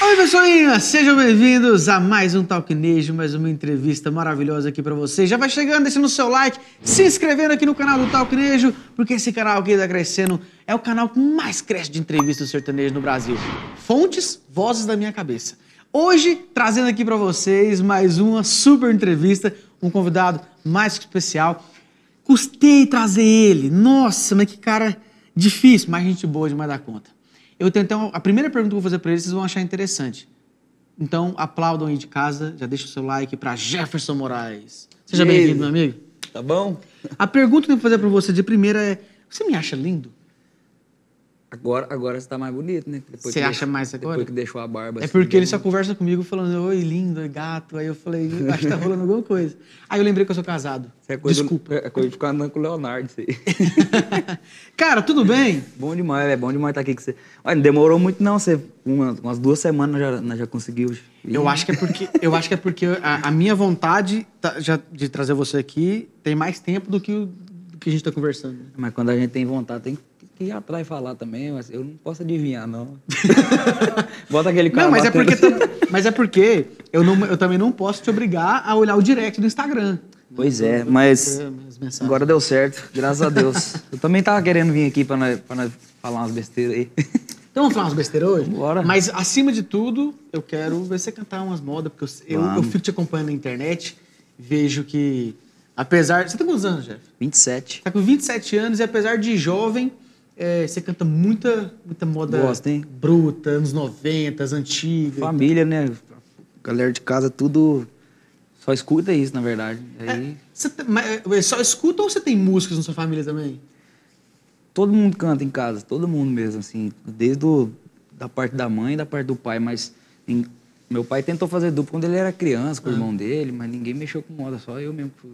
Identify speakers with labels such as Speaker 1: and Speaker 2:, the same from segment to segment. Speaker 1: Oi, pessoinhas! Sejam bem-vindos a mais um Talknejo, mais uma entrevista maravilhosa aqui pra vocês. Já vai chegando, deixando o seu like, se inscrevendo aqui no canal do Talknejo, porque esse canal aqui tá crescendo, é o canal que mais cresce de entrevistas sertanejas no Brasil. Fontes, vozes da minha cabeça. Hoje, trazendo aqui pra vocês mais uma super entrevista, um convidado mais que especial. Custei trazer ele. Nossa, mas que cara difícil, mas gente boa demais da conta. Eu tenho até uma- a primeira pergunta que eu vou fazer pra ele, vocês vão achar interessante. Então, aplaudam aí de casa, já deixa o seu like pra Jefferson Moraes. Seja
Speaker 2: E aí?
Speaker 1: bem-vindo, meu amigo.
Speaker 2: Tá bom?
Speaker 1: A pergunta que eu vou fazer pra você de primeira é: você me acha lindo?
Speaker 2: Agora, agora você tá mais bonito, né? Depois
Speaker 1: Você
Speaker 2: que
Speaker 1: acha mais agora?
Speaker 2: Depois que deixou a barba.
Speaker 1: É
Speaker 2: assim,
Speaker 1: porque
Speaker 2: deu
Speaker 1: ele só conversa comigo falando, oi, lindo, oi, gato. Aí eu falei, "Eu acho que tá rolando alguma coisa. Aí eu lembrei que eu sou casado.
Speaker 2: Isso é coisa,
Speaker 1: Desculpa.
Speaker 2: É coisa de ficar andando com o Leonardo, isso aí.
Speaker 1: Cara, tudo bem?
Speaker 2: bom demais, é bom demais estar aqui com você. Olha, não demorou muito não, você... Uma, umas duas semanas já, nós já conseguiu.
Speaker 1: Eu acho que é porque, eu acho que é porque a, a minha vontade tá- já de trazer você aqui tem mais tempo do que o do que a gente tá conversando.
Speaker 2: Mas quando a gente tem vontade, tem que ir atrás e falar também, mas eu não posso adivinhar, não. Bota aquele cara
Speaker 1: Não, mas é,
Speaker 2: batendo-
Speaker 1: porque, tam- mas é porque eu, não- eu também não posso te obrigar a olhar o direct do Instagram.
Speaker 2: Pois é, mas...
Speaker 1: As mensagens.
Speaker 2: Agora deu certo, graças a Deus. Eu também tava querendo vir aqui pra nós, pra nós falar umas besteiras aí.
Speaker 1: Então vamos falar umas besteiras hoje?
Speaker 2: Bora.
Speaker 1: Mas acima de tudo, eu quero ver você cantar umas modas, porque eu, eu- eu,
Speaker 2: Vamos.
Speaker 1: fico te acompanhando na internet, vejo que, apesar... Você tem quantos anos, Jeff?
Speaker 2: 27.
Speaker 1: Tá com 27 anos e apesar de jovem, é, você canta muita, muita moda
Speaker 2: Gosto, hein?
Speaker 1: bruta, anos 90, antiga.
Speaker 2: Família, né? Galera de casa, tudo. Só escuta isso, na verdade. Aí,
Speaker 1: É, Você tem- mas, é, só escuta ou você tem músicas na sua família também?
Speaker 2: Todo mundo canta em casa, todo mundo mesmo, assim. Desde o, da parte da mãe e da parte do pai, mas. em- meu pai tentou fazer dupla quando ele era criança, com o irmão dele, mas ninguém mexeu com moda, só eu mesmo que fui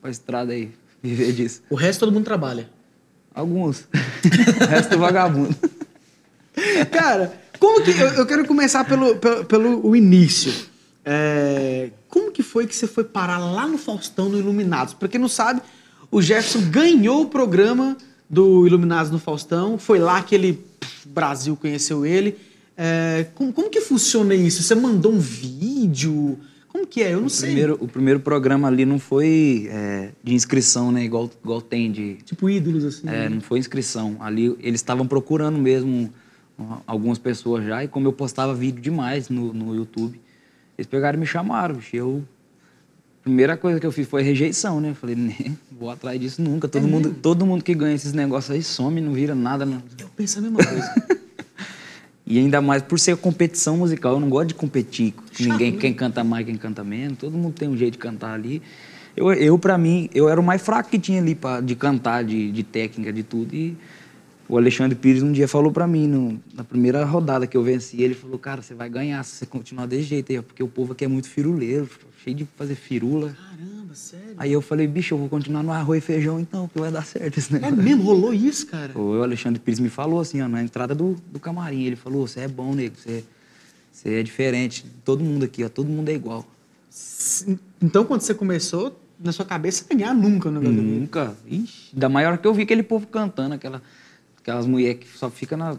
Speaker 2: pra estrada aí, viver disso.
Speaker 1: O resto todo mundo trabalha.
Speaker 2: Alguns. o resto é vagabundo.
Speaker 1: Cara, como que. Eu, eu quero começar pelo, pelo, pelo o início. É, como que foi que você foi parar lá no Faustão, no Iluminados? Pra quem não sabe, o Jefferson ganhou o programa do Iluminados no Faustão. Foi lá que ele. pff, O Brasil conheceu ele. É, como, como que funciona isso? Você mandou um vídeo? Como que é? Eu não
Speaker 2: O
Speaker 1: sei.
Speaker 2: primeiro, o primeiro programa ali não foi é, de inscrição, né? Igual, igual tem de
Speaker 1: Tipo ídolos, assim.
Speaker 2: É, não foi inscrição. Ali eles estavam procurando mesmo uh, algumas pessoas já, e como eu postava vídeo demais no, no YouTube, eles pegaram e me chamaram. bicho. Eu, a primeira coisa que eu fiz foi rejeição, né? Eu Falei, nem vou atrás disso nunca. Todo, mundo, todo mundo que ganha esses negócios aí some, não vira nada. Não.
Speaker 1: Eu penso a mesma coisa.
Speaker 2: E ainda mais por ser competição musical, eu não gosto de competir. com
Speaker 1: Chato,
Speaker 2: Ninguém,
Speaker 1: né?
Speaker 2: quem canta mais, quem canta menos, todo mundo tem um jeito de cantar ali. Eu, eu para mim, eu era o mais fraco que tinha ali pra, de cantar, de, de técnica, de tudo. E o Alexandre Pires um dia falou pra mim, no- na primeira rodada que eu venci, ele falou: Cara, você vai ganhar se você continuar desse jeito aí, ó, porque o povo aqui é muito firuleiro, cheio de fazer firula.
Speaker 1: Caramba, sério.
Speaker 2: Aí eu falei: Bicho, eu vou continuar no arroz e feijão então, que vai dar certo esse
Speaker 1: É
Speaker 2: negócio.
Speaker 1: mesmo? Rolou isso, cara?
Speaker 2: O Alexandre Pires me falou assim, ó, na entrada do, do camarim. Ele falou, você é bom, nego, você, você é diferente. Todo mundo aqui, ó, todo mundo é igual.
Speaker 1: S- Então, quando você começou, na sua cabeça, você ganhar nunca, né? negócio
Speaker 2: Nunca. Ixi, da maior que eu vi aquele povo cantando, aquela, aquelas mulheres que só fica na.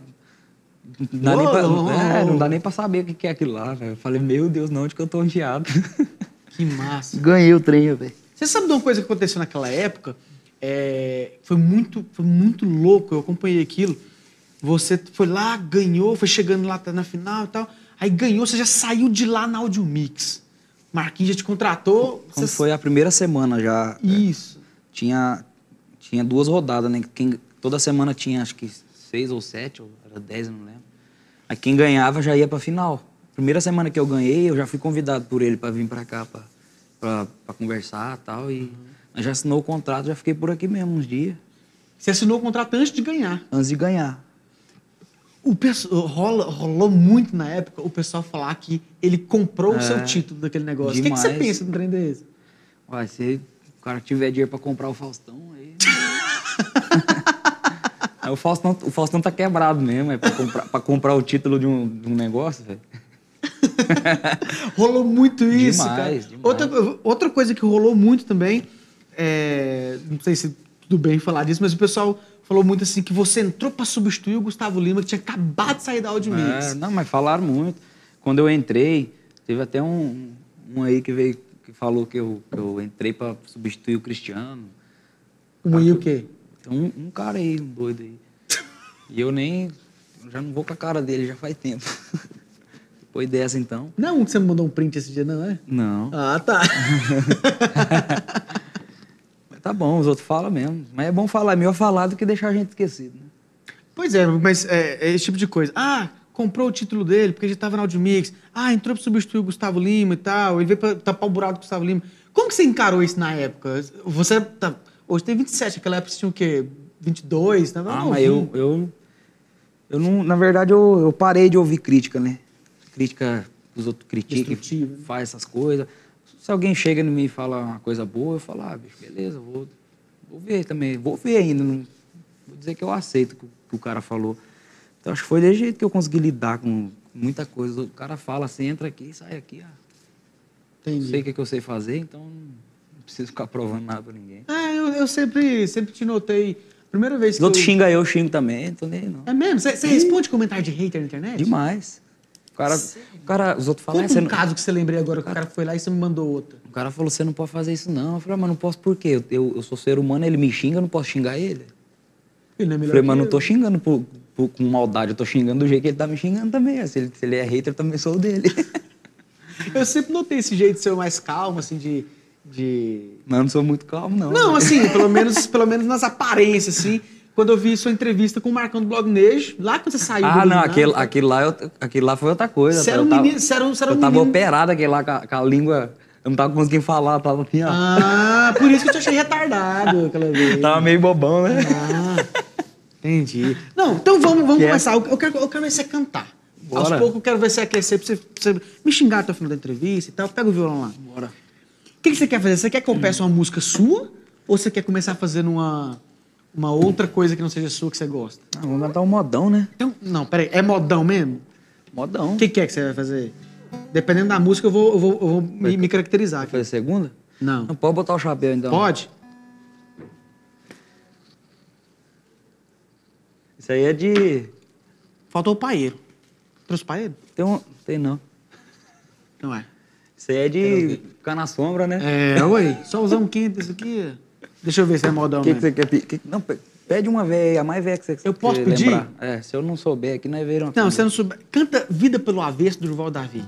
Speaker 2: Não dá, nem pra,
Speaker 1: Uou!
Speaker 2: é, não dá nem pra saber o que que é aquilo lá, velho. Eu falei, meu Deus, não, onde que eu tô ondeado?
Speaker 1: Que massa.
Speaker 2: Ganhei o trem, velho.
Speaker 1: Você sabe de uma coisa que aconteceu naquela época? É, foi, muito, foi muito louco, eu acompanhei aquilo. Você foi lá, ganhou, foi chegando lá tá na final e tal. Aí ganhou, você já saiu de lá na Audio Mix. Marquinhos já te contratou.
Speaker 2: Quando
Speaker 1: você-
Speaker 2: foi a primeira semana já,
Speaker 1: Isso.
Speaker 2: tinha, tinha duas rodadas, né? Quem, toda semana tinha acho que seis ou sete, ou era dez, eu não lembro. Aí quem ganhava já ia pra final. Primeira semana que eu ganhei, eu já fui convidado por ele pra vir pra cá pra, pra, pra conversar e tal. E nós já assinou o contrato, já fiquei por aqui mesmo uns dias,
Speaker 1: Você assinou o contrato antes de ganhar.
Speaker 2: antes de ganhar.
Speaker 1: O pesso- rola, rolou muito na época o pessoal falar que ele comprou o seu título daquele negócio. O que, que você
Speaker 2: É. demais.
Speaker 1: pensa de um trem desse?
Speaker 2: Ué, se o cara tiver dinheiro pra comprar o Faustão, aí. aí o, Faustão, o Faustão tá quebrado mesmo, é pra comprar, pra comprar o título de um, de um negócio, velho.
Speaker 1: Rolou muito isso,
Speaker 2: Demais,
Speaker 1: cara.
Speaker 2: demais.
Speaker 1: Outra, outra coisa que rolou muito também, é, não sei se tudo bem falar disso, mas o pessoal falou muito assim que você entrou pra substituir o Gustavo Lima, que tinha acabado de sair da Audio
Speaker 2: É,
Speaker 1: Mix.
Speaker 2: não, mas falaram muito. Quando eu entrei, teve até um, um aí que veio que falou que eu, que eu entrei pra substituir o Cristiano.
Speaker 1: Um e o quê?
Speaker 2: Tem um, um cara aí, um doido aí. E eu nem. eu Já não vou com a cara dele, já faz tempo. Depois dessa, então.
Speaker 1: Não, que você me mandou um print esse dia, não é?
Speaker 2: Não.
Speaker 1: Ah, tá.
Speaker 2: Mas tá bom, os outros falam mesmo. Mas é bom falar, é melhor falar do que deixar a gente esquecido, né?
Speaker 1: Pois é, mas é, é esse tipo de coisa. Ah, comprou o título dele porque a gente tava na Audimix. Ah, entrou pra substituir o Gustavo Lima e tal. Ele veio pra tapar o buraco do Gustavo Lima. Como que você encarou isso na época? Você tá... Hoje tem 27, naquela época você tinha o quê? 22? Tava
Speaker 2: Ah,
Speaker 1: novinho.
Speaker 2: mas eu, eu, eu não, na verdade, eu, eu parei de ouvir crítica, né? Crítica que os outros criticam,
Speaker 1: Destrutiva, né?
Speaker 2: faz essas coisas. Se alguém chega em mim e fala uma coisa boa, eu falo, ah, bicho, beleza, vou, vou ver também, vou ver ainda. Não, vou dizer que eu aceito o que, o- que o cara falou. Então, acho que foi desse jeito que eu consegui lidar com muita coisa. O cara fala assim, entra aqui, sai aqui, ah, não
Speaker 1: Entendi.
Speaker 2: sei o que, que eu sei fazer, então não preciso ficar provando nada pra ninguém.
Speaker 1: Ah, eu, eu sempre, sempre te notei. Primeira vez
Speaker 2: Os
Speaker 1: que
Speaker 2: outros
Speaker 1: eu...
Speaker 2: xingam eu, xingo também, não tô nem aí, não.
Speaker 1: É mesmo? Você você responde comentário de hater na internet?
Speaker 2: É Demais. O cara, o cara, os outros falam, "Ah,
Speaker 1: Conta
Speaker 2: você
Speaker 1: um
Speaker 2: não,
Speaker 1: caso que você lembrei agora que o cara foi lá e você me mandou outra.
Speaker 2: o cara falou, você não pode fazer isso não. Eu falei, "Ah, mas não posso por quê? Eu, eu, eu sou ser humano, ele me xinga, eu não posso xingar ele.
Speaker 1: Ele não é
Speaker 2: Eu
Speaker 1: melhor
Speaker 2: falei, mas não
Speaker 1: que
Speaker 2: tô xingando por- por- com maldade, eu tô xingando do jeito que ele tá me xingando também. Se ele, se ele é hater, eu também sou o dele.
Speaker 1: eu. Eu sempre notei esse jeito seu mais calmo, assim, de... de...
Speaker 2: mas eu não sou muito calmo, não. né?
Speaker 1: Não, assim, pelo menos, pelo menos nas aparências, assim. Quando eu vi sua entrevista com o Marcão do Blog Nejo, lá quando você saiu do
Speaker 2: Ah, não,
Speaker 1: Luminar,
Speaker 2: aquele, aquele, lá eu- aquele lá foi outra coisa.
Speaker 1: Você era
Speaker 2: Eu
Speaker 1: um
Speaker 2: tava-
Speaker 1: menino- você era um- você era
Speaker 2: Eu
Speaker 1: um
Speaker 2: tava
Speaker 1: menino-
Speaker 2: operado aquele lá com a, com a língua. Eu não tava conseguindo falar, eu tava assim, ó.
Speaker 1: Ah, por isso que eu te achei retardado aquela vez.
Speaker 2: Tava meio bobão, né?
Speaker 1: Ah, entendi. Não, então vamos, vamos
Speaker 2: Que é-
Speaker 1: começar. Eu eu quero, eu quero ver você cantar.
Speaker 2: Bora.
Speaker 1: Aos poucos eu quero ver você aquecer pra você, pra você me xingar até o final da entrevista e tal. Pega o violão lá.
Speaker 2: Bora.
Speaker 1: O que, que você quer fazer? Você quer que eu peça uma música sua? Ou você quer começar fazendo uma, uma outra coisa que não seja sua que você gosta?
Speaker 2: Ah, vamos cantar um modão, né?
Speaker 1: Então, não, peraí. É modão mesmo?
Speaker 2: Modão.
Speaker 1: O que, que é que você vai fazer? Dependendo da música, eu vou, eu vou, eu vou me, me caracterizar aqui.
Speaker 2: Fazer segunda?
Speaker 1: Não.
Speaker 2: Não pode botar o chapéu então.
Speaker 1: Pode?
Speaker 2: Isso aí é de.
Speaker 1: Faltou o paeiro. Trouxe paeiro?
Speaker 2: Tem um. Tem não.
Speaker 1: Não é.
Speaker 2: Isso aí é de ficar na sombra, né?
Speaker 1: É, ué. Só usar um quente desse aqui. Deixa eu ver se é modão
Speaker 2: O que, que
Speaker 1: mesmo.
Speaker 2: você quer pedir? Que- Não, pe- pede uma velha, aí, a mais velha que você
Speaker 1: Eu
Speaker 2: que
Speaker 1: posso
Speaker 2: você
Speaker 1: pedir?
Speaker 2: lembrar. É, se eu não souber aqui, nós verão.
Speaker 1: Não, você não souber. Canta Vida pelo Avesso do Durval Davi.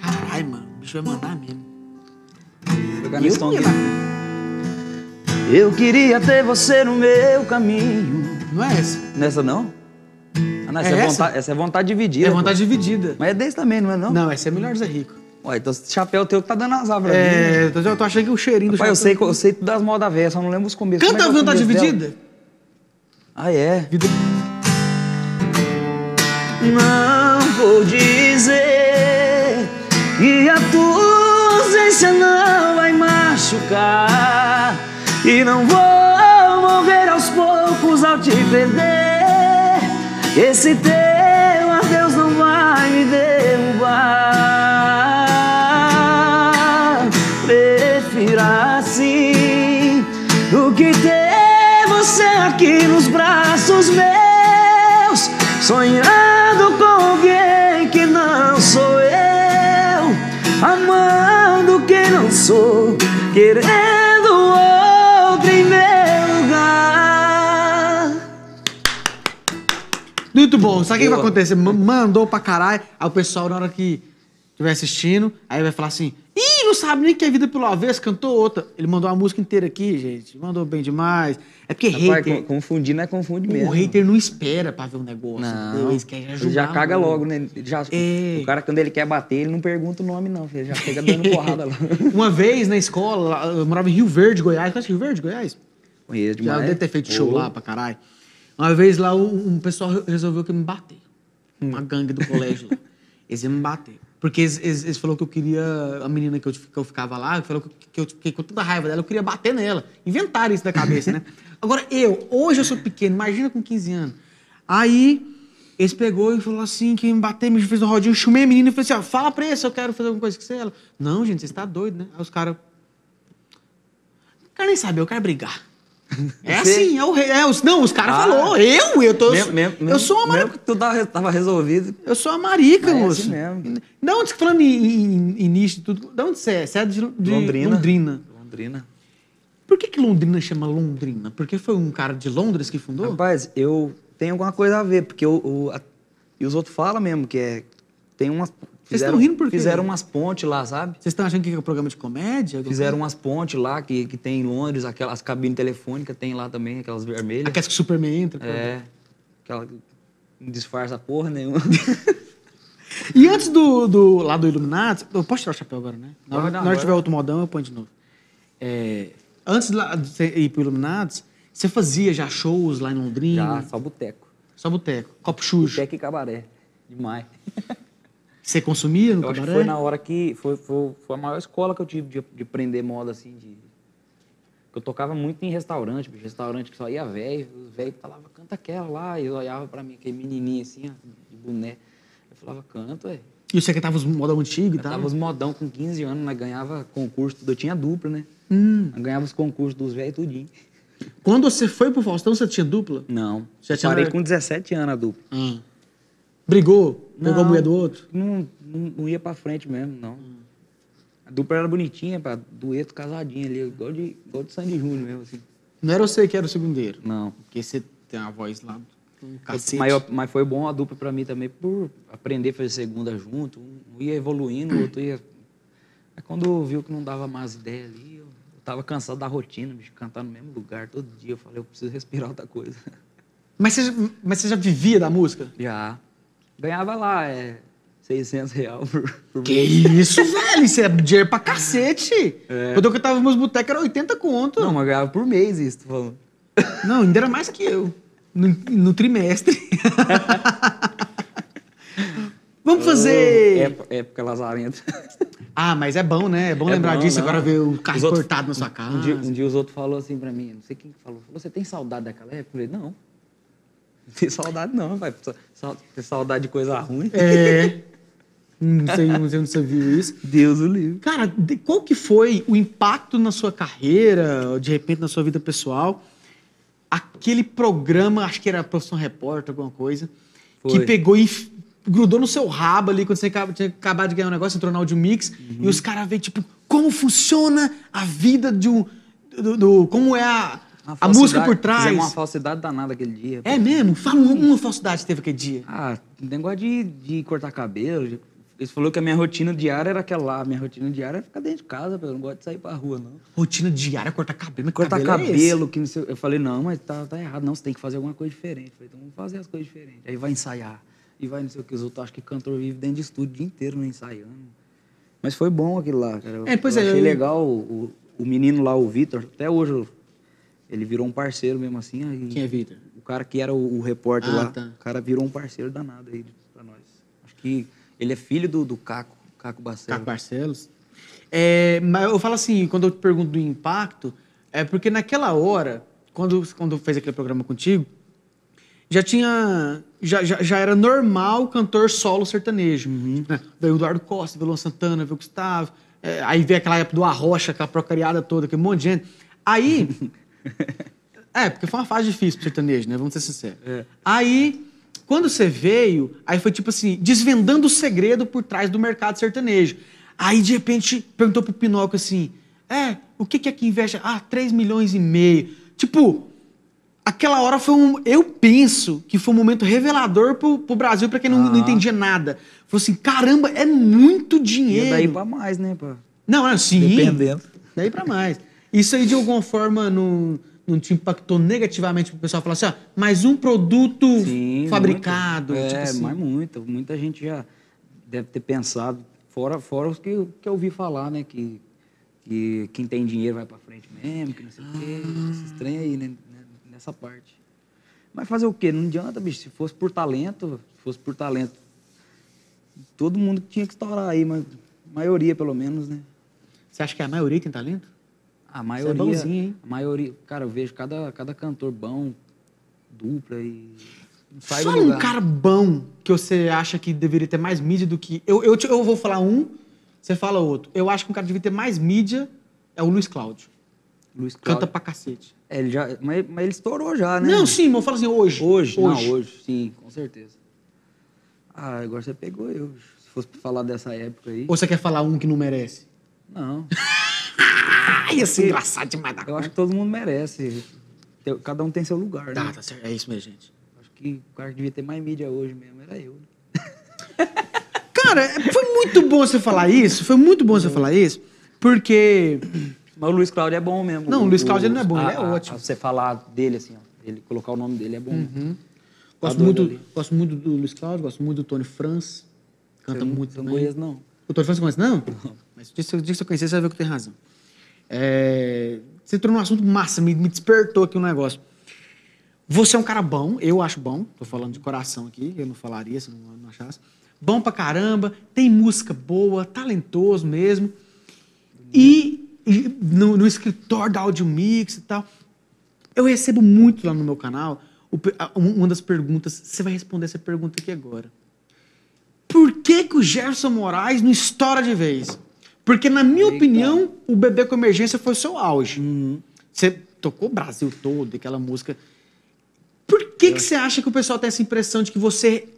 Speaker 1: Caralho, mano. O bicho vai mandar mesmo.
Speaker 2: Ficar
Speaker 1: Eu
Speaker 2: nesse tom
Speaker 1: não ia
Speaker 2: aqui. Eu queria ter você no meu caminho.
Speaker 1: Não é essa?
Speaker 2: Nessa não? Ah, não,
Speaker 1: É
Speaker 2: essa é,
Speaker 1: essa?
Speaker 2: vontade, essa é vontade dividida.
Speaker 1: É
Speaker 2: pô.
Speaker 1: vontade dividida.
Speaker 2: Mas é desse também, não é não?
Speaker 1: Não, essa é melhor Zé Rico.
Speaker 2: Ué, então esse chapéu teu que tá dando azar pra mim. né?
Speaker 1: É, eu tô, eu tô achando que o cheirinho do
Speaker 2: Pai, eu
Speaker 1: chapéu-
Speaker 2: sei, que- eu sei tudo das modas velhas, só não lembro os começos.
Speaker 1: Canta a
Speaker 2: Como é que é o
Speaker 1: vontade
Speaker 2: começo dela?
Speaker 1: dividida?
Speaker 2: Ah, é?
Speaker 1: Vida...
Speaker 2: Não vou dizer que a tua ausência não vai machucar E não vou morrer aos poucos ao te perder Esse teu adeus não vai me derrubar Prefiro assim do que ter você aqui nos braços meus Sonhando com alguém que não sou eu Amando quem não sou Querendo outro em meu lugar
Speaker 1: Muito bom. Sabe o que vai
Speaker 2: Boa.
Speaker 1: acontecer? Ma- Mandou pra caralho. Aí o pessoal, na hora que estiver assistindo, aí vai falar assim: Ih, não sabe nem que é vida pelo avesso, cantou outra. Ele mandou a música inteira aqui, gente. Mandou bem demais. É
Speaker 2: Tá
Speaker 1: porque hater.
Speaker 2: confundir não é confunde
Speaker 1: O hater não espera pra ver um negócio. entendeu?
Speaker 2: Não,
Speaker 1: Eles querem
Speaker 2: ele
Speaker 1: julgar
Speaker 2: já caga
Speaker 1: logo.
Speaker 2: logo, né? Ele já,
Speaker 1: É.
Speaker 2: O cara, quando ele quer bater, ele não pergunta o nome, não. filho. Ele já chega dando porrada lá.
Speaker 1: Uma vez na escola, lá, eu morava em Rio Verde, Goiás. Conhece Rio Verde, Goiás?
Speaker 2: Conheço
Speaker 1: Já
Speaker 2: demais.
Speaker 1: deve ter feito show
Speaker 2: Pô.
Speaker 1: lá pra caralho. Uma vez lá, um, um pessoal re- resolveu que me bater. Uma gangue do colégio lá. Eles iam me bater. Porque eles, eles, eles falaram que eu queria... A menina que eu, que eu ficava lá, falou que, que eu fiquei com toda a raiva dela, eu queria bater nela. Inventaram isso da cabeça, né? Agora, eu, hoje eu sou pequeno, imagina com 15 anos. Aí, eles pegou e falou assim, que me bateu, me fez um rodinho, eu chumei a menina e falei assim, ó, fala pra ele se eu quero fazer alguma coisa com você. tá Ela, não, gente, você está doido, né? Aí os caras... O cara nem sabia, eu quero brigar. É assim, é o rei. É, os, não, os caras
Speaker 2: Ah.
Speaker 1: falaram, eu, eu tô.
Speaker 2: Mesmo- mesmo-
Speaker 1: eu
Speaker 2: mesmo-
Speaker 1: sou uma marica.
Speaker 2: mesmo que tu tava, tava resolvido.
Speaker 1: Eu sou uma marica,
Speaker 2: É assim
Speaker 1: moço.
Speaker 2: mesmo.
Speaker 1: Da onde, tá falando em, em, em nicho e tudo, da onde você é? Você é de, de
Speaker 2: Londrina.
Speaker 1: Londrina.
Speaker 2: Londrina.
Speaker 1: Por que, que Londrina chama Londrina? Porque foi um cara de Londres que fundou?
Speaker 2: Rapaz, eu tenho alguma coisa a ver, porque eu, eu- a- e os outros falam mesmo que é. Tem umas.
Speaker 1: tão rindo por quê?
Speaker 2: Fizeram umas pontes lá, sabe?
Speaker 1: Vocês estão achando que é um programa de comédia? Alguma
Speaker 2: Fizeram umas pontes lá que, que tem em Londres, aquelas cabines telefônicas tem lá também, aquelas
Speaker 1: coisa?
Speaker 2: vermelhas.
Speaker 1: Aquelas que o Superman entra.
Speaker 2: É. Aquela. que Não disfarça porra nenhuma.
Speaker 1: E antes do, do- lá do Iluminati, eu posso tirar o chapéu agora, né? Na hora,
Speaker 2: Pode,
Speaker 1: na hora
Speaker 2: agora.
Speaker 1: que tiver outro modão, eu ponho de novo. É, antes de lá de você ir pro Iluminados, você fazia já shows lá em Londrina?
Speaker 2: Já, só boteco.
Speaker 1: Só boteco, copo xuxo.
Speaker 2: Boteco e cabaré. Demais.
Speaker 1: Você consumia no
Speaker 2: Eu acho que
Speaker 1: cabaré?
Speaker 2: foi na hora que. Foi, foi, foi a maior escola que eu tive de, de prender moda, assim, de. Eu tocava muito em restaurante, bicho, restaurante que só ia velho, os velhos falavam, canta aquela lá, e eu olhava pra mim, aquele menininho assim, ó, de boné. Eu falava, canta, ué.
Speaker 1: E você cantava os modão antigo e
Speaker 2: Eu
Speaker 1: tal?
Speaker 2: tava os modão com 15 anos, mas ganhava concurso, tudo. eu tinha dupla, né?
Speaker 1: Hum.
Speaker 2: Eu ganhava os concursos dos velhos tudinho.
Speaker 1: Quando você foi pro Faustão, você tinha dupla?
Speaker 2: Não.
Speaker 1: Já
Speaker 2: eu
Speaker 1: tinha-
Speaker 2: parei com 17 anos a dupla.
Speaker 1: Ah. Brigou? Pegou a
Speaker 2: Não.
Speaker 1: mulher do outro?
Speaker 2: Não, não, não ia pra frente mesmo, não. A dupla era bonitinha, pá, dueto casadinho ali, igual de, igual de Sandy Júnior mesmo, assim.
Speaker 1: Não era você que era o segundeiro?
Speaker 2: Não.
Speaker 1: Porque você tem uma voz lá um cacete.
Speaker 2: Mas, eu- mas foi bom a dupla pra mim também, por aprender a fazer segunda junto. Um ia evoluindo, o outro ia. Aí quando viu que não dava mais ideia ali, eu, eu tava cansado da rotina, bicho, cantar no mesmo lugar todo dia. Eu falei, eu preciso respirar outra coisa.
Speaker 1: Mas você, mas você já vivia da música?
Speaker 2: Já. Ganhava lá, é, 600 reais por, por
Speaker 1: Que isso, velho? Isso é dinheiro pra cacete. Quando eu cantava meus botecos era 80 conto.
Speaker 2: É. Não, mas ganhava por mês isso, tô falando.
Speaker 1: Não, ainda era mais que eu. No, no trimestre. Vamos fazer.
Speaker 2: Época, É, época lazarenta.
Speaker 1: Ah, mas é bom, né? É bom
Speaker 2: É
Speaker 1: lembrar
Speaker 2: bom,
Speaker 1: disso.
Speaker 2: não.
Speaker 1: Agora ver o carro
Speaker 2: Os outros-
Speaker 1: cortado na sua casa.
Speaker 2: Um dia, um dia os outros falaram assim pra mim, não sei quem que falou, falou, você tem saudade daquela época? Eu falei, não. Não tem saudade não, vai. Só- só- Ter saudade de coisa ruim.
Speaker 1: É. Não sei, não sei onde você viu isso.
Speaker 2: Deus o livre.
Speaker 1: Cara, de- qual que foi o impacto na sua carreira, de repente na sua vida pessoal? Aquele programa, acho que era Profissão Repórter, alguma coisa,
Speaker 2: Foi.
Speaker 1: que pegou e f- grudou no seu rabo ali quando você acaba- tinha acabado de ganhar um negócio, entrou na Audio Mix,
Speaker 2: Uhum.
Speaker 1: e os caras veem, tipo, como funciona a vida de um. do- do- como é a,
Speaker 2: Uma
Speaker 1: a música
Speaker 2: falsidade-
Speaker 1: por
Speaker 2: Fizemos
Speaker 1: trás.
Speaker 2: uma falsidade danada aquele dia.
Speaker 1: É mesmo? Fala uma falsidade que teve aquele dia.
Speaker 2: Ah, negócio de, de cortar cabelo. de- Eles falaram que a minha rotina diária era aquela lá. A minha rotina diária era ficar dentro de casa, pô, eu não gosto de sair pra rua, não.
Speaker 1: Rotina diária, cortar cabelo. mas que
Speaker 2: Cortar
Speaker 1: cabelo.
Speaker 2: cabelo,
Speaker 1: é esse?
Speaker 2: que não sei. Eu falei, não, mas tá, tá errado, não, você tem que fazer alguma coisa diferente. Eu falei, então vamos fazer as coisas diferentes. Aí vai ensaiar, e vai não sei o que. Os outros acham que cantor vive dentro de estúdio o dia inteiro, né, ensaiando. Mas foi bom aquilo lá, cara. Eu-
Speaker 1: É, pois
Speaker 2: eu
Speaker 1: é,
Speaker 2: achei
Speaker 1: eu-
Speaker 2: legal o, o menino lá, o Vitor, até hoje eu- ele virou um parceiro mesmo assim. aí-
Speaker 1: Quem é Vitor?
Speaker 2: O cara que era o, o repórter
Speaker 1: Ah,
Speaker 2: lá,
Speaker 1: tá.
Speaker 2: o cara virou um parceiro danado aí pra nós. Acho que ele é filho do, do Caco, Caco Barcelos.
Speaker 1: Caco Barcelos. É, mas eu falo assim, quando eu te pergunto do impacto, é porque naquela hora, quando, quando fez aquele programa contigo, já tinha. Já, já, já era normal cantor solo sertanejo. né? Veio o Eduardo Costa, veio o Luan Santana, veio o Gustavo. é, aí veio aquela época do Arrocha, aquela procariada toda, aquele monte de gente. Aí. é, porque foi uma fase difícil pro sertanejo, né? Vamos ser sinceros.
Speaker 2: É.
Speaker 1: Aí, quando você veio, aí foi tipo assim, desvendando o segredo por trás do mercado sertanejo. Aí, de repente, perguntou pro Pinóquio assim: é, o que que é que investe? Ah, 3 milhões e meio. Tipo, aquela hora foi um. Eu penso que foi um momento revelador pro, pro Brasil, pra quem não, não
Speaker 2: Aham.
Speaker 1: entendia nada. Falou assim: caramba, é muito
Speaker 2: Ah. E
Speaker 1: dinheiro.
Speaker 2: daí pra mais, né, pá?
Speaker 1: Não, não, sim.
Speaker 2: Dependendo.
Speaker 1: Daí pra mais. Isso aí, de alguma forma, não, não te impactou negativamente pro pessoal falar assim, ó, mais um produto
Speaker 2: Sim,
Speaker 1: fabricado.
Speaker 2: muito. É,
Speaker 1: tipo assim.
Speaker 2: mas muito. Muita gente já deve ter pensado, fora, fora os que, que eu ouvi falar, né? Que, que quem tem dinheiro vai pra frente mesmo, que não sei o quê. Esses trem aí, né? né, Nessa parte. Mas fazer o quê? Não adianta, bicho. Se fosse por talento, se fosse por talento, todo mundo tinha que estourar aí, mas maioria pelo menos, né?
Speaker 1: Você acha que é a maioria tem talento?
Speaker 2: Ah, A maioria.
Speaker 1: bonzinho, hein?
Speaker 2: A maioria. Cara, eu vejo cada, cada cantor bom, dupla e. não sai do
Speaker 1: Fala um
Speaker 2: lugar.
Speaker 1: cara bom que você acha que deveria ter mais mídia do que. Eu, eu, te- eu vou falar um, você fala outro. Eu acho que um cara que devia ter mais mídia é o Luiz Cláudio.
Speaker 2: Luiz
Speaker 1: Canta
Speaker 2: Cláudio.
Speaker 1: pra cacete.
Speaker 2: É, ele já, mas, mas ele estourou já, né?
Speaker 1: Não, sim, mas fala assim, hoje.
Speaker 2: Hoje, não, hoje, sim, com certeza. Ah, agora você pegou eu. Se fosse pra falar dessa época aí.
Speaker 1: Ou você quer falar um que não merece?
Speaker 2: Não.
Speaker 1: Ai, ia ser engraçado demais da
Speaker 2: Eu acho
Speaker 1: conta.
Speaker 2: que todo mundo merece. Tem- Cada um tem seu lugar, né?
Speaker 1: Tá, tá certo. É isso mesmo, gente.
Speaker 2: Acho que o cara que devia ter mais mídia hoje mesmo era eu. né?
Speaker 3: Cara,
Speaker 1: é,
Speaker 3: foi muito bom você falar isso. Foi muito bom você falar isso. Porque.
Speaker 2: Mas o Luiz Cláudio é bom mesmo.
Speaker 3: Não, o Luiz Cláudio ele não é bom,
Speaker 2: a-
Speaker 3: ele é
Speaker 2: a-
Speaker 3: ótimo. Uhum.
Speaker 2: a você falar dele, assim, ó. Ele colocar o nome dele é bom.
Speaker 1: Gosto
Speaker 2: Adoro
Speaker 1: muito,
Speaker 2: ele.
Speaker 1: gosto muito do Luiz Cláudio, gosto muito do Tony Franz. Canta
Speaker 2: Eu não-
Speaker 1: muito
Speaker 2: eu Não
Speaker 1: também.
Speaker 2: conheço, não.
Speaker 1: O Tony Franz você conhece, não? Mas o dia que você- o dia que você conhecer, você vai ver que eu tenho razão. É, Você entrou num assunto massa, me, me despertou aqui um negócio. Você é um cara bom, eu acho bom, tô falando de coração aqui, eu não falaria se não, não achasse. Bom pra caramba, tem música boa, talentoso mesmo. E, e no, no escritório da Audio Mix e tal. Eu recebo muito lá no meu canal o pe- a- um- uma das perguntas. Você vai responder essa pergunta aqui agora. Por que, que o Gerson Moraes não estoura de vez? Porque, na minha
Speaker 2: Eita.
Speaker 1: opinião, o Bebê com Emergência foi o seu auge. Você tocou o Brasil todo, aquela música. Por
Speaker 2: É.
Speaker 1: que, que você acha que o pessoal tem essa impressão de que você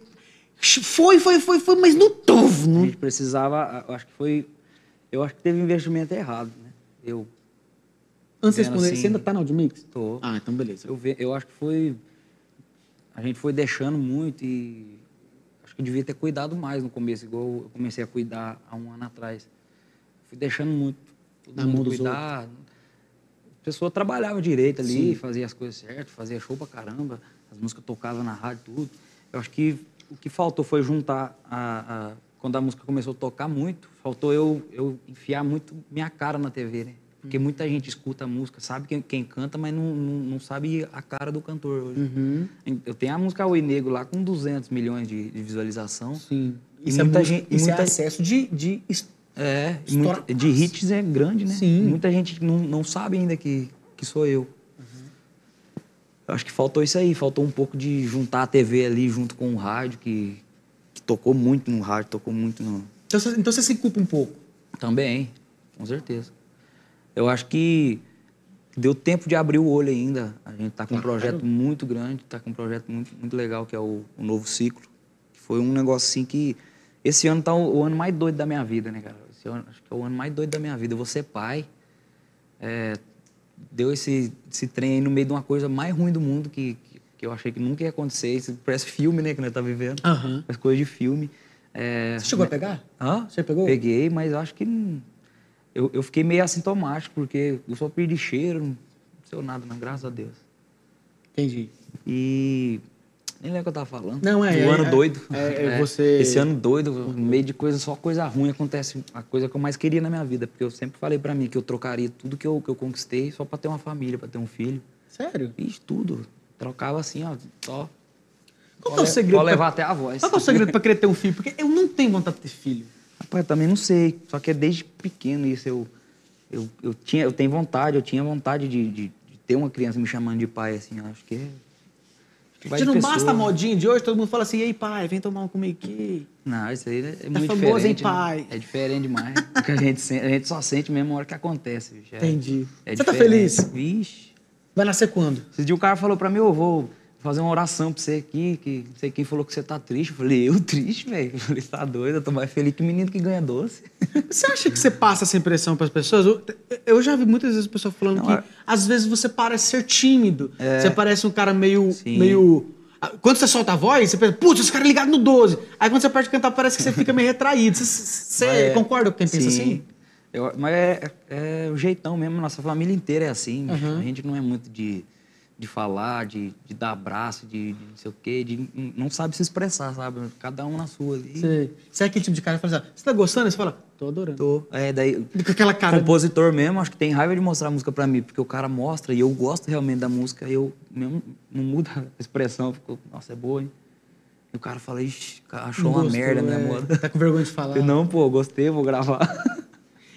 Speaker 1: ch- foi, foi, foi, foi, mas né? não teve,
Speaker 2: A
Speaker 1: não?
Speaker 2: gente precisava, a- eu acho que foi. Eu acho que teve um investimento errado, né? Eu
Speaker 1: Antes de
Speaker 2: Era
Speaker 1: responder,
Speaker 2: assim.
Speaker 1: você ainda tá na Audio Mix?
Speaker 2: tô.
Speaker 1: Ah, então beleza.
Speaker 2: Eu, ve- eu acho que foi. A gente foi deixando muito e. Acho que eu devia ter cuidado mais no começo, igual eu comecei a cuidar há um ano atrás. Fui deixando muito. Todo
Speaker 1: Na
Speaker 2: mundo
Speaker 1: mão dos
Speaker 2: cuidar. A pessoa trabalhava direito ali, fazia as coisas certas, fazia show pra caramba, as músicas tocavam na rádio, tudo. Eu acho que o que faltou foi juntar a. a- quando a música começou a tocar muito, faltou eu, eu enfiar muito minha cara na TV, né? Porque
Speaker 1: Uhum.
Speaker 2: muita gente escuta a música, sabe quem, quem canta, mas não, não, não sabe a cara do cantor hoje.
Speaker 1: Uhum.
Speaker 2: Eu tenho a música Oi Negro lá com 200 milhões de, de visualização.
Speaker 1: Sim.
Speaker 2: E
Speaker 1: Isso,
Speaker 2: muita
Speaker 1: é,
Speaker 2: gente-
Speaker 1: gente,
Speaker 2: e
Speaker 1: isso
Speaker 2: muita-
Speaker 1: é acesso de, de es-
Speaker 2: É, e
Speaker 1: Estoura
Speaker 2: muita- de hits é grande, né?
Speaker 1: Sim.
Speaker 2: Muita gente não, não sabe ainda que, que sou eu. Eu Acho que faltou isso aí, faltou um pouco de juntar a TV ali junto com o rádio, que, que tocou muito no rádio, tocou muito no.
Speaker 1: Então, você- então você se culpa um pouco.
Speaker 2: Também, com certeza. Eu acho que deu tempo de abrir o olho ainda. A gente tá com um projeto muito grande, tá com um projeto muito, muito legal, que é o, o Novo Ciclo. Que foi um negócio assim que. Esse ano tá o, o ano mais doido da minha vida, né, cara? Esse ano, acho que é o ano mais doido da minha vida. Eu vou ser pai. É, deu esse, esse trem aí no meio de uma coisa mais ruim do mundo que, que, que eu achei que nunca ia acontecer. Isso parece filme, né, que nós tá vivendo.
Speaker 1: Aham.
Speaker 2: As coisas de filme. É,
Speaker 1: Você chegou a pegar?
Speaker 2: Hã?
Speaker 1: Você pegou?
Speaker 2: Peguei, mas eu acho que. não- Eu, eu fiquei meio assintomático, porque eu só perdi cheiro, não aconteceu nada, não, graças a Deus.
Speaker 1: Entendi.
Speaker 2: E. Nem lembro o que eu tava falando.
Speaker 1: Não, é,
Speaker 2: Do
Speaker 1: é,
Speaker 2: ano
Speaker 1: é,
Speaker 2: doido.
Speaker 1: é, é, você-
Speaker 2: Esse ano doido, no meio de coisa, só coisa ruim acontece. A coisa que eu mais queria na minha vida, porque eu sempre falei pra mim que eu trocaria tudo que eu, que eu conquistei só pra ter uma família, pra ter um filho.
Speaker 1: Sério?
Speaker 2: Fiz tudo. Trocava assim, ó, só.
Speaker 1: Qual
Speaker 2: Pode
Speaker 1: que é o
Speaker 2: le-
Speaker 1: segredo?
Speaker 2: Pode
Speaker 1: pra-
Speaker 2: levar até a voz.
Speaker 1: Qual que é o segredo pra querer ter um filho? Porque eu não tenho vontade de ter filho.
Speaker 2: Rapaz, eu também não sei. Só que é desde pequeno isso. Eu, eu, eu, tinha, eu tenho vontade, eu tinha vontade de, de- de ter uma criança me chamando de pai, assim. eu acho que é. acho que vai
Speaker 1: Já
Speaker 2: de
Speaker 1: não
Speaker 2: pessoa,
Speaker 1: basta a
Speaker 2: né?
Speaker 1: modinha de hoje, todo mundo fala assim, ei pai, vem tomar um comigo aqui.
Speaker 2: Não, isso aí é é muito
Speaker 1: famoso,
Speaker 2: diferente.
Speaker 1: hein,
Speaker 2: né?
Speaker 1: pai?
Speaker 2: É diferente demais. do que a gente, sen- a gente só sente mesmo a hora que acontece. bicho. É-
Speaker 1: Entendi.
Speaker 2: é
Speaker 1: Você tá
Speaker 2: diferente.
Speaker 1: feliz?
Speaker 2: Vixe.
Speaker 1: Vai nascer quando?
Speaker 2: Esse dia o cara falou pra mim, eu vou fazer uma oração pra você aqui, que não sei quem falou que você tá triste. Eu falei, eu triste, velho? Eu falei, você tá doido, eu tô mais feliz que menino que ganha doce.
Speaker 1: Você acha que você passa essa impressão pras pessoas? Eu, eu já vi muitas vezes o pessoal falando
Speaker 2: Não,
Speaker 1: que
Speaker 2: é-
Speaker 1: às vezes você parece ser tímido. Você parece um cara meio.
Speaker 2: Sim.
Speaker 1: meio. Ah, Quando você solta a voz, você pensa, putz, esse cara é ligado no 12. Aí quando você parte de cantar, parece que você fica meio retraído. Você, você
Speaker 2: Mas é-
Speaker 1: concorda com quem pensa
Speaker 2: Sim.
Speaker 1: assim?
Speaker 2: Eu- mas é, é o jeitão mesmo, nossa família inteira é assim. bicho.
Speaker 1: Uhum.
Speaker 2: A gente não é muito de, de falar, de, de dar abraço, de, de não sei o quê, de n- não sabe se expressar, sabe? Cada um na sua ali.
Speaker 1: Você, você é aquele tipo de cara que fala assim, você tá gostando? Aí Você fala, tô adorando.
Speaker 2: Tô. É, daí.
Speaker 1: Com aquela cara.
Speaker 2: Compositor mesmo, acho que tem raiva de mostrar a música pra mim, porque o cara mostra e eu gosto realmente da música, eu mesmo não muda a expressão, fico, nossa, é boa, hein? E o cara fala, ixi, achou um uma
Speaker 1: Gostou,
Speaker 2: merda minha
Speaker 1: é.
Speaker 2: moda.
Speaker 1: Tá com vergonha de falar.
Speaker 2: Eu, não, pô, gostei, vou gravar.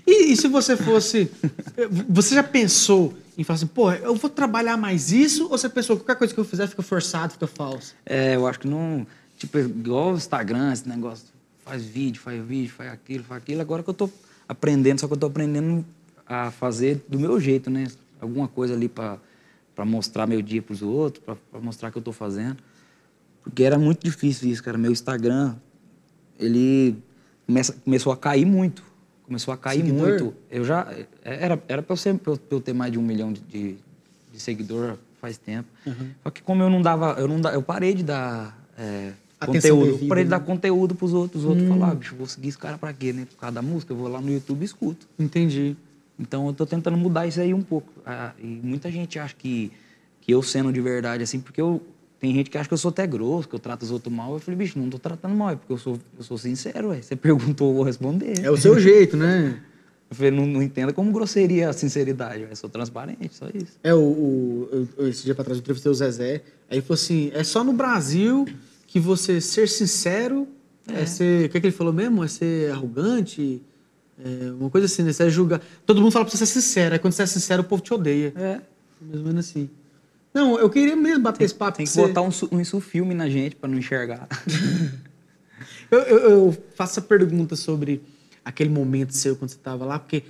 Speaker 1: E, e se você fosse. eh, Você já pensou em falar assim, porra, eu vou trabalhar mais isso? Ou você pensou, qualquer coisa que eu fizer fica forçado, fica falso?
Speaker 2: É, eu acho que não. Tipo, igual o Instagram, esse negócio. Faz vídeo, faz vídeo, faz aquilo, faz aquilo. Agora que eu tô aprendendo, só que eu tô aprendendo a fazer do meu jeito, né? alguma coisa ali para mostrar meu dia pros outros, para mostrar o que eu tô fazendo. Porque era muito difícil isso, cara. Meu Instagram, ele começa, começou a cair muito. Começou a cair
Speaker 1: Seguidor?
Speaker 2: muito. Eu já. é, Era, era pra, eu ser, pra eu- pra eu ter mais de um milhão de, de, de seguidor faz tempo.
Speaker 1: Uhum.
Speaker 2: Só que como eu não dava. Eu, não da- eu parei de dar. é,
Speaker 1: Atenção
Speaker 2: conteúdo.
Speaker 1: devida,
Speaker 2: parei de
Speaker 1: né? Hum.
Speaker 2: dar conteúdo pros outros. Os outros falaram, "Ah, bicho, eu vou seguir esse cara pra quê, né? Por causa da música, eu vou lá no YouTube e escuto.
Speaker 1: Entendi.
Speaker 2: Então eu tô tentando mudar isso aí um pouco. Ah, e muita gente acha que, que eu sendo de verdade, assim, porque eu. Tem gente que acha que eu sou até grosso, que eu trato os outros mal. Eu falei, bicho, não tô tratando mal, é porque eu sou, eu sou sincero, ué. Você perguntou, eu vou responder.
Speaker 1: É o seu jeito, né?
Speaker 2: Eu falei, não, não entenda como grosseria a sinceridade, ué. Eu sou transparente, só isso.
Speaker 1: É, o, o- eu- eu- esse dia pra trás eu entrevistei o Zezé. Aí ele falou assim: é só no Brasil que você ser sincero é, ser. O que, é que ele falou mesmo? É ser arrogante? É uma coisa assim, né? Você é julgar. Todo mundo fala pra você ser sincero. Aí quando você é sincero, o povo te odeia.
Speaker 2: É.
Speaker 1: Mais ou menos assim. Não, eu queria mesmo bater esse papo
Speaker 2: Tem
Speaker 1: com
Speaker 2: que
Speaker 1: você.
Speaker 2: botar um, su- um insufilme na gente pra não enxergar.
Speaker 1: Eu, eu- eu faço a pergunta sobre aquele momento seu quando você estava lá, porque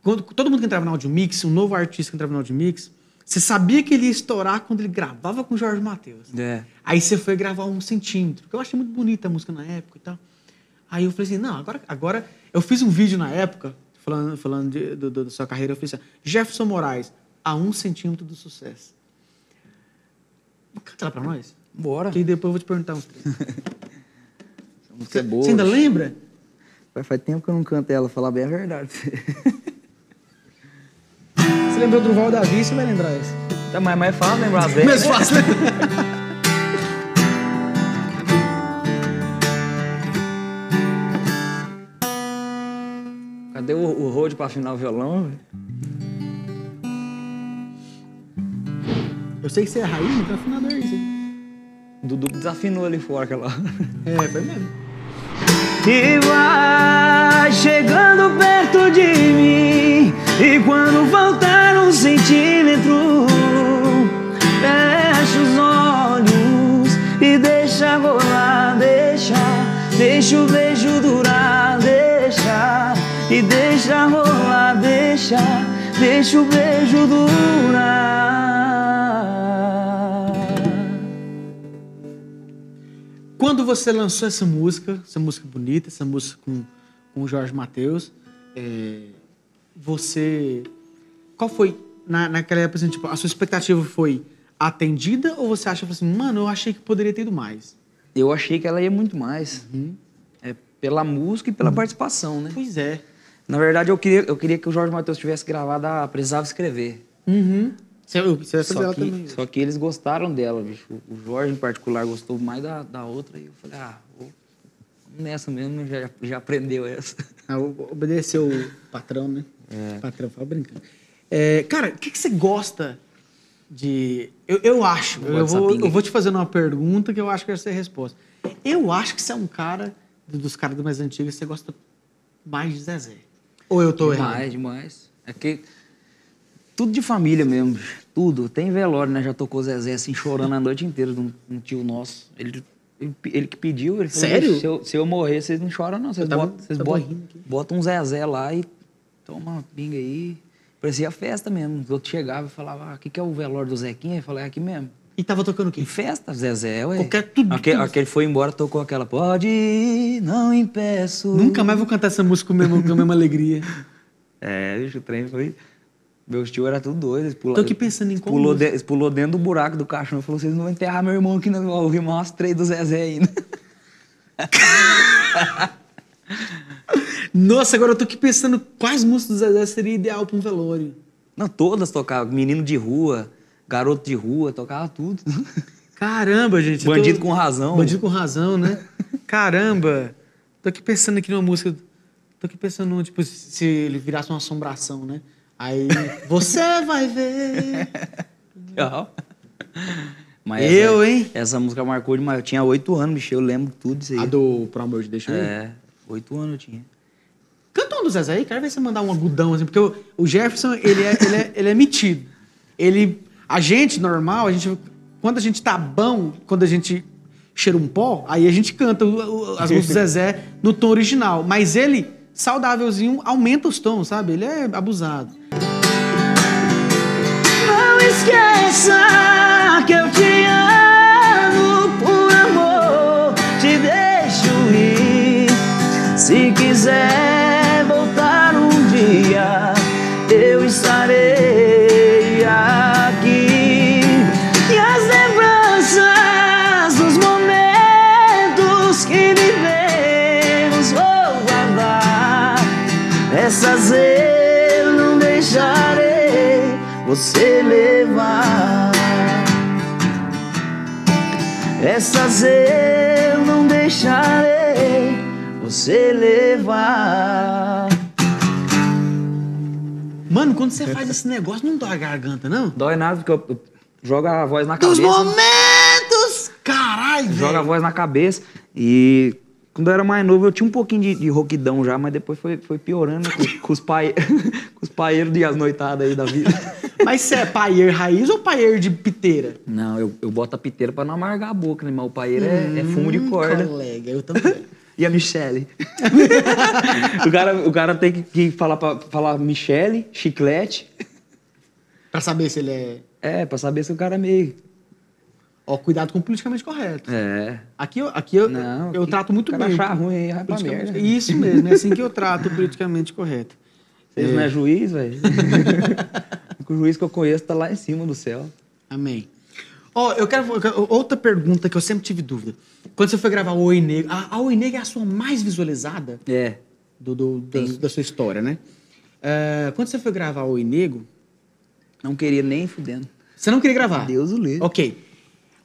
Speaker 1: quando, todo mundo que entrava na Audio Mix, um novo artista que entrava na Audio Mix, você sabia que ele ia estourar quando ele gravava com o Jorge Matheus.
Speaker 2: É.
Speaker 1: Aí você foi gravar um centímetro, que eu achei muito bonita a música na época e tal. Aí eu falei assim, não, agora, agora eu fiz um vídeo na época, falando, falando de- do- do- da sua carreira, eu falei assim, Jefferson Moraes, a um centímetro do sucesso. Canta lá pra nós,
Speaker 2: Bora.
Speaker 1: que aí depois eu vou te perguntar uns três.
Speaker 2: Essa música é boa.
Speaker 1: Você ainda
Speaker 2: bicho.
Speaker 1: lembra?
Speaker 2: Faz- Faz tempo que eu não canto ela, falar bem a verdade.
Speaker 1: Você lembrou do Val Davi, você vai lembrar isso.
Speaker 2: tá, mas é mais fácil lembrar bem.
Speaker 1: Mas fácil.
Speaker 2: Cadê o, o Rode pra afinar o violão? velho?
Speaker 1: Eu sei que você é raiz, mas tá afinador aí. você-
Speaker 2: Dudu desafinou ali fora aquela hora.
Speaker 1: É, foi mesmo.
Speaker 2: E vai chegando perto de mim E quando faltar um centímetro Fecha os olhos e deixa rolar Deixa, deixa o beijo durar Deixa, e deixa rolar Deixa, deixa o beijo durar
Speaker 1: Quando você lançou essa música, essa música bonita, essa música com, com o Jorge Matheus, é, você. Qual foi, na, naquela época, assim, tipo, a sua expectativa foi atendida ou você acha assim, mano, eu achei que poderia ter ido mais?
Speaker 2: Eu achei que ela ia muito mais. É, pela música e pela participação, né?
Speaker 1: Pois é.
Speaker 2: Na verdade, eu queria, eu queria que o Jorge Matheus tivesse gravado a Precisava Escrever.
Speaker 1: Uhum. Você, você vai fazer
Speaker 2: Só
Speaker 1: ela
Speaker 2: que,
Speaker 1: é, também.
Speaker 2: só que eles gostaram dela, bicho. O Jorge, em particular, gostou mais da, da outra. E eu falei, ah, vou nessa mesmo, já, já aprendeu essa.
Speaker 1: Ah, o- obedecer o patrão, né? Patrão, fala brincando. É, cara, o que, que você gosta de. Eu, eu acho,
Speaker 2: Gosto
Speaker 1: eu
Speaker 2: de
Speaker 1: vou,
Speaker 2: sapinga.
Speaker 1: eu vou te fazer uma pergunta que eu acho que vai ser a resposta. Eu acho que você é um cara, dos caras mais antigos, você gosta mais de Zezé. Ou eu tô errado?
Speaker 2: Demais, demais. É que tudo de família mesmo, bicho. tudo. Tem velório, né? Já tocou Zezé assim, chorando a noite inteira de um, um tio nosso. Ele, ele, ele que pediu, ele falou,
Speaker 1: Sério?
Speaker 2: "Bicho, se eu, se eu morrer, vocês não choram não, vocês
Speaker 1: Eu tava-
Speaker 2: botam, vocês
Speaker 1: tava
Speaker 2: botam,
Speaker 1: rindo aqui.
Speaker 2: botam um Zezé lá e toma uma pinga aí. Parecia festa mesmo. Os outros chegavam e falavam, ah, o que, que é o velório do Zequinha? Eu falava, é aqui mesmo.
Speaker 1: E tava tocando o
Speaker 2: Em
Speaker 1: quê?
Speaker 2: festa, Zezé, ué.
Speaker 1: Qualquer tudo-
Speaker 2: Aquele,
Speaker 1: tudo.
Speaker 2: aquele foi embora, tocou aquela, pode ir, não impeço.
Speaker 1: Nunca mais vou cantar essa música com, a mesma- com a mesma alegria.
Speaker 2: É, bicho, o trem foi. Meus tio era tudo doido. Eles pula...
Speaker 1: Tô aqui pensando em qual
Speaker 2: pulou, de- eles pulou dentro do buraco do caixão e falou: vocês não vão enterrar meu irmão aqui, não. Ó, O irmão as três do Zezé ainda.
Speaker 1: Nossa, agora eu tô aqui pensando quais músicas do Zezé seria ideal pra um velório.
Speaker 2: Não, todas tocavam. Menino de rua, garoto de rua, tocava tudo.
Speaker 1: Caramba, gente. eu
Speaker 2: Bandido com razão.
Speaker 1: Bandido com razão, né? Caramba. Tô aqui pensando aqui numa música. Tô aqui pensando, num, tipo, se ele virasse uma assombração, né? Aí. Você vai ver.
Speaker 2: Legal. Mas
Speaker 1: Eu,
Speaker 2: essa,
Speaker 1: hein?
Speaker 2: Essa música marcou demais. Eu tinha oito anos, bicho. Eu lembro tudo disso aí.
Speaker 1: A do Por amor de Deus, deixa eu ver.
Speaker 2: É, oito anos eu tinha.
Speaker 1: Canta um do Zezé aí, quero ver você mandar um agudão, assim, porque o, o Jefferson, ele é, ele, é, ele é metido. Ele. A gente, normal, a gente. Quando a gente tá bom, quando a gente cheira um pó, aí a gente canta o- o- as músicas do Zezé no tom original. Mas ele, saudávelzinho, aumenta os tons, sabe? Ele é abusado.
Speaker 4: esqueça que eu te amo por amor, te deixo ir. Se quiser voltar um dia, eu estarei aqui. E as lembranças dos momentos que vivemos vou guardar. Essas eu não deixarei você levar. Essas eu não deixarei você levar.
Speaker 1: Mano, quando você faz esse negócio, não dói a garganta, não?
Speaker 2: Dói nada porque eu, eu jogo a voz na
Speaker 1: Dos
Speaker 2: cabeça.
Speaker 1: momentos! Caralho,
Speaker 2: Joga a
Speaker 1: velho!
Speaker 2: voz na cabeça. E quando eu era mais novo, eu tinha um pouquinho de, de roquidão já, mas depois foi, foi piorando com, com os pai, com os paeiros de as noitadas aí da vida.
Speaker 1: Mas você é paieiro raiz ou paieiro de piteira?
Speaker 2: Não, eu, eu boto a piteira pra não amargar a boca, né? Mas o paeiro é, é fumo de corda.
Speaker 1: Hum, Colega, eu também.
Speaker 2: E a Michele? o, cara, o cara tem que, que falar, pra, falar Michele, chiclete.
Speaker 1: pra saber se ele é...
Speaker 2: É, pra saber se o cara é meio.
Speaker 1: Ó, cuidado com o politicamente correto.
Speaker 2: É.
Speaker 1: Aqui, eu- aqui eu,
Speaker 2: Não,
Speaker 1: eu
Speaker 2: que-
Speaker 1: trato muito
Speaker 2: o cara
Speaker 1: bem.
Speaker 2: achar ruim aí, vai pra
Speaker 1: politicamente-
Speaker 2: merda.
Speaker 1: Isso mesmo, é assim que eu trato o politicamente correto.
Speaker 2: Vocês não é juiz, velho? o juiz que eu conheço tá lá em cima do céu.
Speaker 1: Amém. Ó, eu quero eu quero- outra pergunta que eu sempre tive dúvida. Quando você foi gravar o Oi Negro, a, a Oi Negro é a sua mais visualizada
Speaker 2: É.
Speaker 1: do, do- da, da sua história, né? É, quando você foi gravar o Oi Negro,
Speaker 2: Não queria nem fudendo.
Speaker 1: você não queria gravar.
Speaker 2: Deus o livre.
Speaker 1: Ok.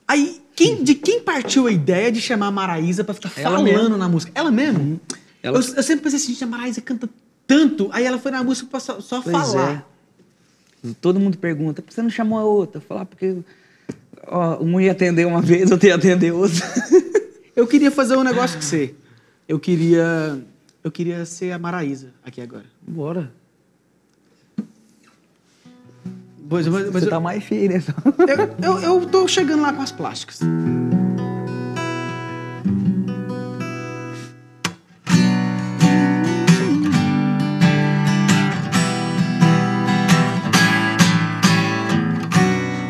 Speaker 1: Aí, quem- de quem partiu a ideia de chamar a Maraísa pra ficar
Speaker 2: Ela
Speaker 1: falando
Speaker 2: mesmo.
Speaker 1: na música? Ela mesmo?
Speaker 2: Ela-
Speaker 1: Eu, eu sempre pensei assim, gente, a Maraísa canta tanto, aí ela foi na música pra só, só
Speaker 2: Pois
Speaker 1: falar.
Speaker 2: é. Todo mundo pergunta, por que você não chamou a outra? Eu falar, porque ó, um ia atender uma vez, outro ia atender outra.
Speaker 1: Eu queria fazer um negócio com você. Eu queria. Eu queria ser a Maraísa aqui agora.
Speaker 2: Bora.
Speaker 1: Pois, mas, mas
Speaker 2: você
Speaker 1: eu,
Speaker 2: tá mais feio, né?
Speaker 1: eu, eu, eu tô chegando lá com as plásticas.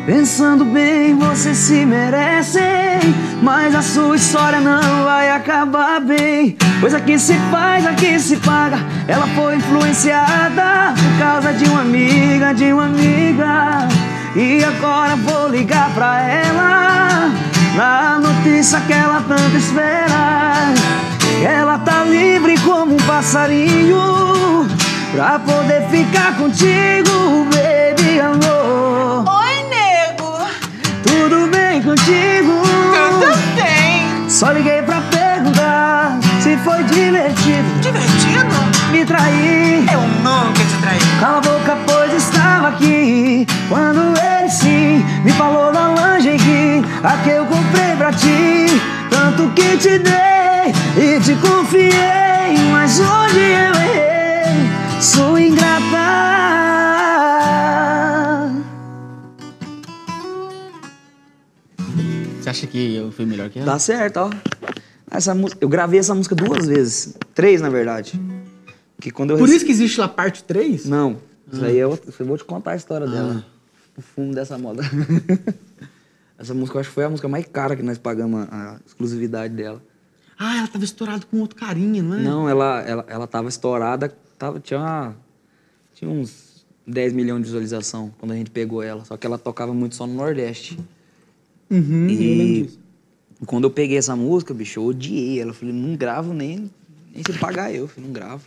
Speaker 4: Pensando bem, vocês se merecem. Mas a sua história não vai acabar bem. Pois aqui se faz, aqui se paga. Ela foi influenciada por causa de uma amiga, de uma amiga. E agora vou ligar pra ela. Na notícia que ela tanto espera. Ela tá livre como um passarinho. Pra poder ficar contigo, baby amor.
Speaker 5: Oi, nego!
Speaker 4: Tudo bem contigo?
Speaker 5: Tudo bem?
Speaker 4: Só liguei pra perguntar se foi divertido
Speaker 5: Divertido?
Speaker 4: me trair.
Speaker 5: Eu nunca um te traí.
Speaker 4: Cala a boca, pois estava aqui quando ele sim me falou da lingerie a que eu comprei pra ti. Tanto que te dei e te confiei, mas hoje eu errei. Sou ingrata.
Speaker 1: Você acha que eu fui melhor que ela?
Speaker 2: Dá certo, ó.
Speaker 4: Essa música, eu gravei essa música duas vezes. Três, na verdade. Que quando eu
Speaker 1: Por
Speaker 4: rece-
Speaker 1: isso que existe lá parte 3?
Speaker 2: Não. Isso aí é outra. Eu vou te contar a história dela. O fumo dessa moda. Essa música eu acho que foi a música mais cara que nós pagamos a, a exclusividade dela.
Speaker 1: Ah, ela tava estourada com outro carinha, não é?
Speaker 2: Não, ela, ela, ela tava estourada, tava, tinha, uma- tinha uns 10 milhões de visualização quando a gente pegou ela. Só que ela tocava muito só no Nordeste.
Speaker 1: Uhum, eu lembro
Speaker 2: E
Speaker 1: disso.
Speaker 2: quando eu peguei essa música, bicho, eu odiei ela. Eu falei, não gravo nem, nem se pagar eu, filho, não gravo.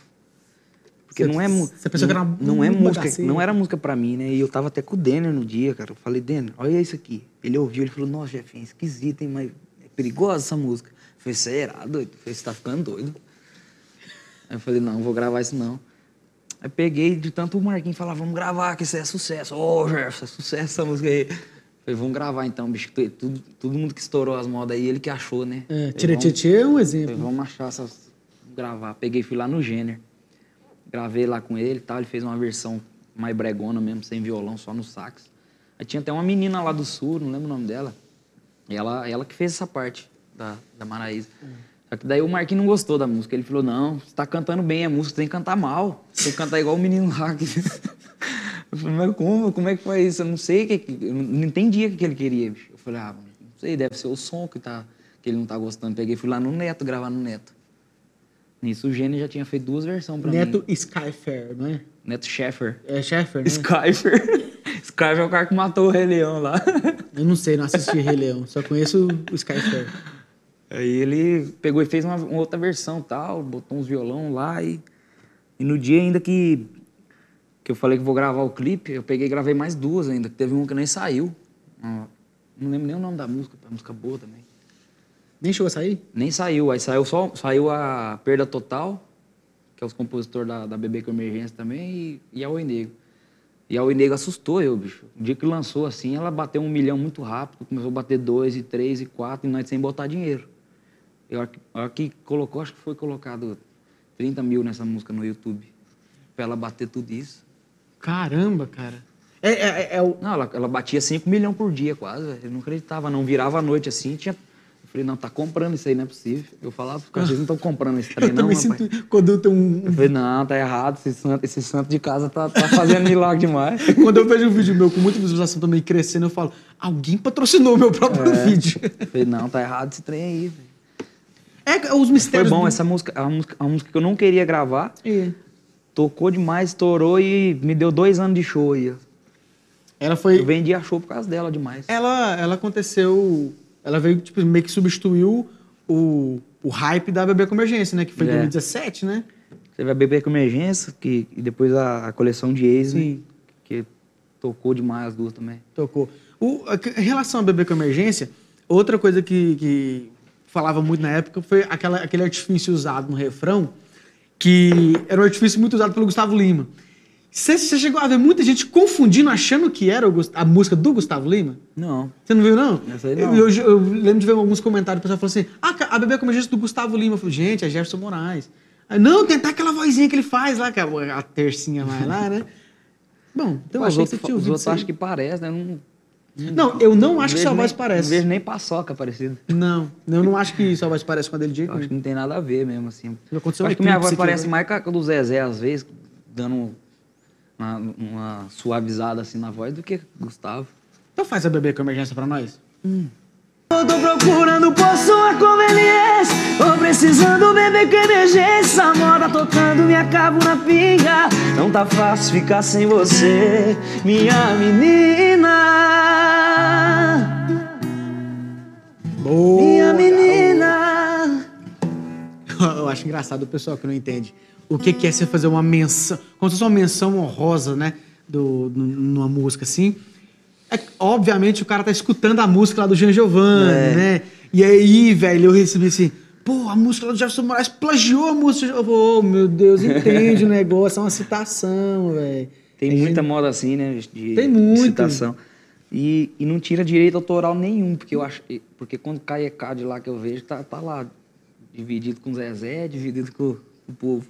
Speaker 2: Porque
Speaker 1: Você-
Speaker 2: não é. mu-
Speaker 1: você pensou que era um uma-
Speaker 2: não é
Speaker 1: uma
Speaker 2: música,
Speaker 1: bagaceira.
Speaker 2: não era música pra mim, né? E eu tava até com o Denner no dia, cara. Eu falei, Denner, olha isso aqui. Ele ouviu, ele falou, nossa, Jefinho, esquisito, hein? Mas é perigosa essa música. Eu falei, será, doido? Eu falei, você tá ficando doido. Aí eu falei, não, não vou gravar isso não. Aí peguei de tanto o Marquinhos falar, vamos gravar, que isso é sucesso. Ô, Jefferson, é sucesso essa música aí. Falei, vamos gravar então, bicho. que Tudo, todo mundo que estourou as modas aí, ele que achou, né?
Speaker 1: É,
Speaker 2: Falei,
Speaker 1: tira
Speaker 2: vamos-
Speaker 1: Tietê é um exemplo.
Speaker 2: Falei, vamos achar essas. Vamos gravar. Peguei, fui lá no Gêner. Gravei lá com ele e tal. Ele fez uma versão mais bregona mesmo, sem violão, só no sax. Aí tinha até uma menina lá do sul, não lembro o nome dela. E ela, ela que fez essa parte da, da Maraísa. Só que daí o Marquinhos não gostou da música. Ele falou: não, você tá cantando bem a música, você tem que cantar mal. Você tem que cantar igual o menino lá. que-" Eu falei, mas como? Como é que foi isso? Eu não sei o que. que- Eu não entendia o que que ele queria, bicho. Eu falei, ah, não sei, deve ser o som que, tá, que ele não tá gostando. Peguei e fui lá no Neto gravar no Neto. Nisso o Gênio já tinha feito duas versões pra
Speaker 1: Neto
Speaker 2: mim.
Speaker 1: Skyfair, não é?
Speaker 2: Neto Sheffer.
Speaker 1: É Sheffer, né?
Speaker 2: Skyfer. Skyfer é o cara que matou o Rei Leão lá.
Speaker 1: Eu não sei, não assisti Rei Leão, só conheço o Skyfair.
Speaker 2: Aí ele pegou e fez uma, uma outra versão tal, botou uns violão lá e. E no dia ainda que, que eu falei que vou gravar o clipe, eu peguei e gravei mais duas ainda, que teve uma que nem saiu. Uma- Não lembro nem o nome da música, a música boa também.
Speaker 1: Nem chegou a sair?
Speaker 2: Nem saiu, aí saiu só saiu a Perda Total, que é os compositores da, da Bebê com Emergência também, e, e a Oi Negro. E a Oi Negro assustou eu, bicho. O dia que lançou assim, ela bateu um milhão muito rápido, começou a bater dois, e três, e quatro, e nós sem botar dinheiro. E a hora que, a hora que colocou, acho que foi colocado 30 mil nessa música no YouTube, pra ela bater tudo isso.
Speaker 1: Caramba, cara. É, é, é, é o...
Speaker 2: Não, ela, ela batia 5 milhões por dia quase, velho. eu não acreditava, não. Virava à noite assim, tinha... Eu falei, não, tá comprando isso aí, não é possível. Eu falava, porque vocês não estão comprando esse trem,
Speaker 1: Eu
Speaker 2: não,
Speaker 1: também
Speaker 2: rapaz.
Speaker 1: sinto quando eu tenho um...
Speaker 2: Eu falei, não, tá errado, esse santo, esse santo de casa tá, tá fazendo milagre demais.
Speaker 1: Quando eu vejo um vídeo meu com muita visualização também crescendo, eu falo, alguém patrocinou o meu próprio
Speaker 2: É.
Speaker 1: vídeo.
Speaker 2: Eu falei, não, tá errado esse trem aí, velho.
Speaker 1: É, os
Speaker 2: Foi
Speaker 1: mistérios...
Speaker 2: bom,
Speaker 1: do-
Speaker 2: essa música, a música, a música que eu não queria gravar,
Speaker 1: É.
Speaker 2: tocou demais, estourou e me deu dois anos de show aí. ó.
Speaker 1: Ela
Speaker 2: Eu
Speaker 1: foi...
Speaker 2: vendi a show por causa dela demais.
Speaker 1: Ela, ela aconteceu... Ela veio, tipo, meio que substituiu o, o hype da Bebê Convergência, né? Que foi em
Speaker 2: É.
Speaker 1: 2017, né?
Speaker 2: Teve a Bebê com Emergência, que, e depois a, a coleção de ex, né?
Speaker 1: Sim.
Speaker 2: que tocou demais as duas também.
Speaker 1: Tocou. O- a- em relação a bebê com emergência, outra coisa que, que falava muito na época foi aquela- aquele artifício usado no refrão, que era um artifício muito usado pelo Gustavo Lima. Você você chegou a ver muita gente confundindo, achando que era o Gus- a música do Gustavo Lima?
Speaker 2: Não.
Speaker 1: Você não viu, não?
Speaker 2: Essa aí não.
Speaker 1: Eu, eu- eu lembro de ver alguns comentários, o pessoal falou assim: ah, ca- a bebê com emergência do Gustavo Lima. Eu falei, gente, é Jefferson Moraes. Aí, não, tentar aquela vozinha que ele faz lá, que é a tercinha mais lá, né? Bom, então eu achei
Speaker 2: os
Speaker 1: que
Speaker 2: outros,
Speaker 1: você tinha
Speaker 2: os
Speaker 1: ouvido.
Speaker 2: outros
Speaker 1: isso aí.
Speaker 2: acham que parece, né? Eu Não,
Speaker 1: Não, eu não acho que
Speaker 2: vejo
Speaker 1: sua
Speaker 2: nem-
Speaker 1: voz parece.
Speaker 2: Não vejo nem paçoca parecida.
Speaker 1: Não, eu não acho que sua voz parece com a dele de jeito
Speaker 2: Eu acho
Speaker 1: nenhum.
Speaker 2: que não tem nada a ver mesmo, assim.
Speaker 1: Já aconteceu um
Speaker 2: Eu acho que minha
Speaker 1: eclipse
Speaker 2: voz
Speaker 1: aqui,
Speaker 2: parece
Speaker 1: né?
Speaker 2: mais com a do Zezé, às vezes, dando uma, uma suavizada assim na voz do que Gustavo.
Speaker 1: Então faz a bebê com emergência pra nós.
Speaker 4: Eu tô procurando por sua conveniência Tô precisando beber com emergência A moda tocando me acabo na pinga Não tá fácil ficar sem você Minha menina Minha menina
Speaker 1: Eu acho engraçado o pessoal que não entende. O que, que é você fazer uma menção, como se fosse uma menção honrosa, né? Do, n- numa música assim. É que, obviamente o cara tá escutando a música lá do Jean Giovanni,
Speaker 2: É.
Speaker 1: né? E aí, velho, eu recebi assim. Pô, a música lá do Jefferson Moraes plagiou a música. do Jean- Ô, meu Deus, entende o negócio, é uma citação, velho.
Speaker 2: Tem
Speaker 1: É
Speaker 2: muita moda assim, né? De
Speaker 1: Tem muito.
Speaker 2: citação. E, e não tira direito autoral nenhum, porque eu acho. e- Porque quando cai ECAD lá que eu vejo, tá, tá lá. Dividido com o Zezé, dividido com, o povo.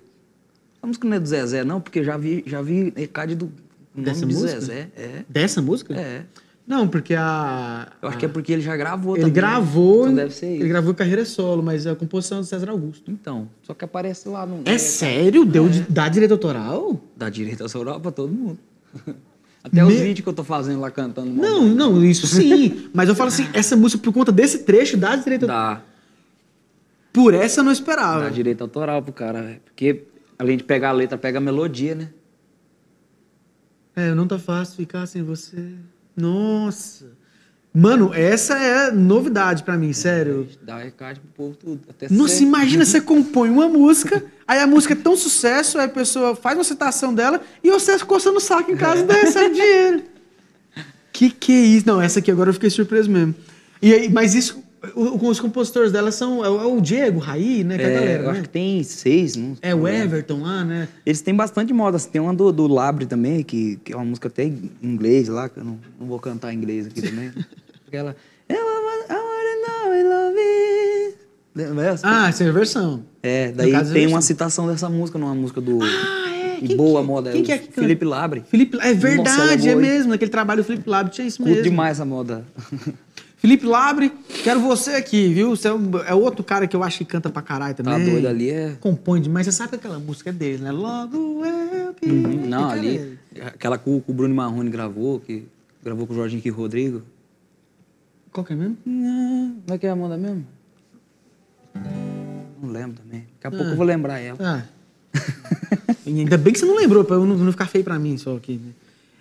Speaker 2: A música não é do Zezé, não, porque já vi, já vi ECAD do o nome
Speaker 1: Dessa
Speaker 2: de
Speaker 1: música?
Speaker 2: Zezé. É.
Speaker 1: Dessa música?
Speaker 2: É.
Speaker 1: Não, porque a.
Speaker 2: Eu acho
Speaker 1: a-
Speaker 2: que é porque ele já gravou
Speaker 1: Ah. Ele
Speaker 2: também.
Speaker 1: gravou.
Speaker 2: Então deve ser
Speaker 1: Ele
Speaker 2: isso.
Speaker 1: gravou carreira solo, mas é a composição do César Augusto.
Speaker 2: Então, só que aparece lá no.
Speaker 1: É sério? Deu
Speaker 2: É.
Speaker 1: de- dá direito autoral?
Speaker 2: Dá direito à Europa pra todo mundo. Até os
Speaker 1: Me-
Speaker 2: vídeos que eu tô fazendo lá cantando.
Speaker 1: Não, não, isso sim. mas eu falo assim, essa música por conta desse trecho dá direito autoral.
Speaker 2: Dá.
Speaker 1: Por essa eu não
Speaker 2: Dá
Speaker 1: esperava.
Speaker 2: direito autoral pro cara, velho. Porque além de pegar a letra, pega a melodia, né?
Speaker 1: É, não tá fácil ficar sem você. Nossa. Mano, essa é novidade pra mim, sério.
Speaker 2: Dá recado pro povo tudo. Até
Speaker 1: Nossa,
Speaker 2: ser-
Speaker 1: imagina você compõe uma música, aí a música é tão sucesso, aí a pessoa faz uma citação dela e você coçando o saco em casa e daí recebe dinheiro. Que que é isso? Não, essa aqui agora eu fiquei surpreso mesmo. E aí, mas isso, o- o- os compositores dela são é o, é o Diego, Raí, né? Que é a
Speaker 2: É,
Speaker 1: galera,
Speaker 2: eu acho
Speaker 1: né?
Speaker 2: que tem seis, não?
Speaker 1: É o Everton lá, né?
Speaker 2: Eles têm bastante moda. assim, Tem uma do, do Labre também, que, que é uma música até em inglês lá, que eu não, não vou cantar em inglês aqui também. Aquela. I wanna, I wanna know I love it. Lembra essa?
Speaker 1: Ah, essa é a versão.
Speaker 2: é,
Speaker 1: No
Speaker 2: daí
Speaker 1: caso,
Speaker 2: tem
Speaker 1: eu-
Speaker 2: uma citação dessa música numa música do.
Speaker 1: Ah, é.
Speaker 2: E
Speaker 1: Quem
Speaker 2: boa
Speaker 1: que-
Speaker 2: moda.
Speaker 1: quem
Speaker 2: o
Speaker 1: que é que canta?
Speaker 2: Felipe Labre.
Speaker 1: Felipe, é
Speaker 2: Nossa, ela
Speaker 1: verdade,
Speaker 2: é
Speaker 1: é
Speaker 2: boa, hein?
Speaker 1: mesmo. Naquele trabalho do Felipe Labre tinha isso
Speaker 2: Curto
Speaker 1: mesmo.
Speaker 2: demais a moda.
Speaker 1: Felipe Labre, quero você aqui, viu? Você é, um- é outro cara que eu acho que canta pra caralho também.
Speaker 2: Tá doido ali, é.
Speaker 1: Compõe demais. Você sabe que aquela música é dele, né? Logo eu
Speaker 3: Papi.
Speaker 2: Uhum. Não, ali. Aquela que o que o Bruno Marrone gravou, que gravou com o Jorginho aqui Rodrigo.
Speaker 1: Qual que é mesmo?
Speaker 2: Não, como é que é a Amanda mesmo? Não lembro também. Daqui a pouco eu vou lembrar ela.
Speaker 1: Ah. Ainda bem que você não lembrou, pra eu não, não ficar feio pra mim só aqui. né?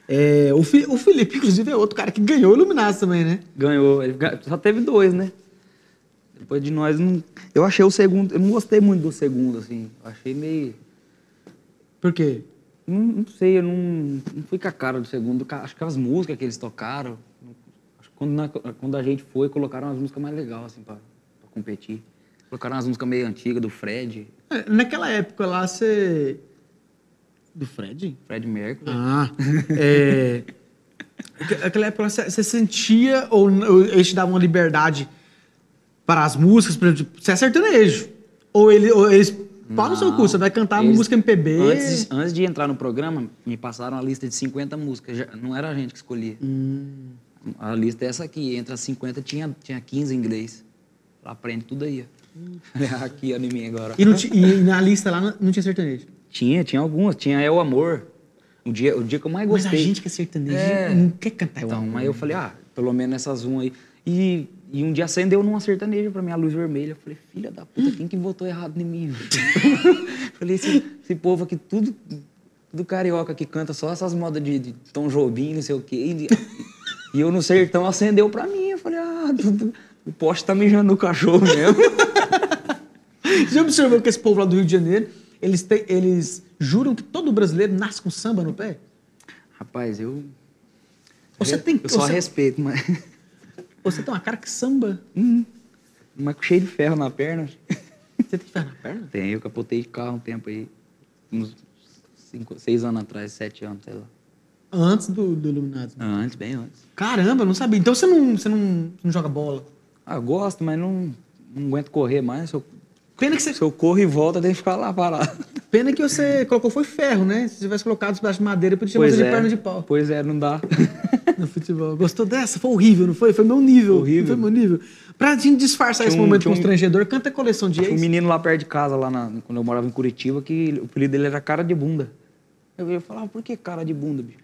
Speaker 1: É, o, Fi- o Felipe, inclusive, é outro cara que ganhou o Iluminados também, né?
Speaker 2: Ganhou. Ele ga- só teve dois, né? Depois de nós, não... eu achei o segundo. Eu não gostei muito do segundo, assim. Eu achei meio.
Speaker 1: Por quê?
Speaker 2: Não, não sei, eu não, não fui com a cara do segundo. ca- Acho que as músicas que eles tocaram. não- Acho que quando, na- quando a gente foi, colocaram as músicas mais legais, assim, pra, pra competir. Colocaram as músicas meio antigas do Fred,
Speaker 1: É, Naquela época lá, você... Do Fred?
Speaker 2: Fred Mercury.
Speaker 1: Ah, é... aqu- Aquela época lá, você você sentia ou, n- ou eles te davam uma liberdade para as músicas, por exemplo, você é sertanejo. Ou, ele, ou eles... Pau no seu cu, você vai cantar
Speaker 2: Eles-
Speaker 1: música MPB.
Speaker 2: Antes, de- antes de entrar no programa, me passaram a lista de 50 músicas. Já- não era a gente que escolhia.
Speaker 1: Hum.
Speaker 2: A lista é essa aqui. Entre as 50 tinha, tinha 15 em inglês. Aprende tudo aí,
Speaker 1: Hum.
Speaker 2: ó. aqui, ó, em mim agora.
Speaker 1: E, não ti- e na lista lá não- não tinha sertanejo.
Speaker 2: Tinha, tinha algumas. Tinha É o Amor. O dia, o dia que eu mais
Speaker 1: Mas
Speaker 2: gostei.
Speaker 1: a gente que é né? sertanejo
Speaker 2: É.
Speaker 1: não quer cantar
Speaker 2: Então,
Speaker 1: igual.
Speaker 2: aí eu falei, ah, pelo menos essas uma aí. E, e um dia acendeu numa sertaneja pra mim, a luz vermelha. Eu falei, filha da puta, quem que votou errado em mim? falei, esse, esse povo aqui, tudo, tudo carioca que canta só essas modas de, de Tom Jobim, não sei o quê. E, e eu no sertão acendeu pra mim. Eu falei, ah, tudo- o poste tá mijando no cachorro mesmo.
Speaker 1: Então, Você já observou que esse povo lá do Rio de Janeiro, eles, têm- eles juram que todo brasileiro nasce com samba no pé?
Speaker 2: Rapaz, eu.
Speaker 1: Você tem
Speaker 2: Eu só
Speaker 1: você,
Speaker 2: respeito, mas.
Speaker 1: você tem uma cara que samba.
Speaker 2: Hum, mas cheio de ferro na perna.
Speaker 1: Você tem que ferrar na perna?
Speaker 2: Tem, eu capotei de carro um tempo aí. Uns cinco, seis anos atrás, sete anos, sei lá.
Speaker 1: Antes do, do Iluminado.
Speaker 2: Antes, bem antes.
Speaker 1: Caramba, eu não sabia. Então você não, você não, não joga bola.
Speaker 2: Ah, eu gosto, mas não, não aguento correr mais. Se eu,
Speaker 1: Pena que, você,
Speaker 2: se eu corro e volto, eu tenho que ficar lá parado.
Speaker 1: pena que você colocou foi ferro, né? Se tivesse colocado os pedaços de madeira, podia chamar
Speaker 2: é.
Speaker 1: você de perna de pau.
Speaker 2: Pois é, não dá.
Speaker 1: no futebol. Gostou dessa? Foi horrível, não foi? Foi meu nível.
Speaker 2: Horrível.
Speaker 1: Foi meu nível. Pra gente disfarçar
Speaker 2: Tinha
Speaker 1: esse
Speaker 2: um-
Speaker 1: momento
Speaker 2: tinha um-
Speaker 1: constrangedor, canta a coleção de
Speaker 2: Tinha um
Speaker 1: ex.
Speaker 2: menino lá perto de casa, lá na- quando eu morava em Curitiba, que ele- o apelido dele era cara de bunda. Eu, eu falava, por que cara de bunda, bicho?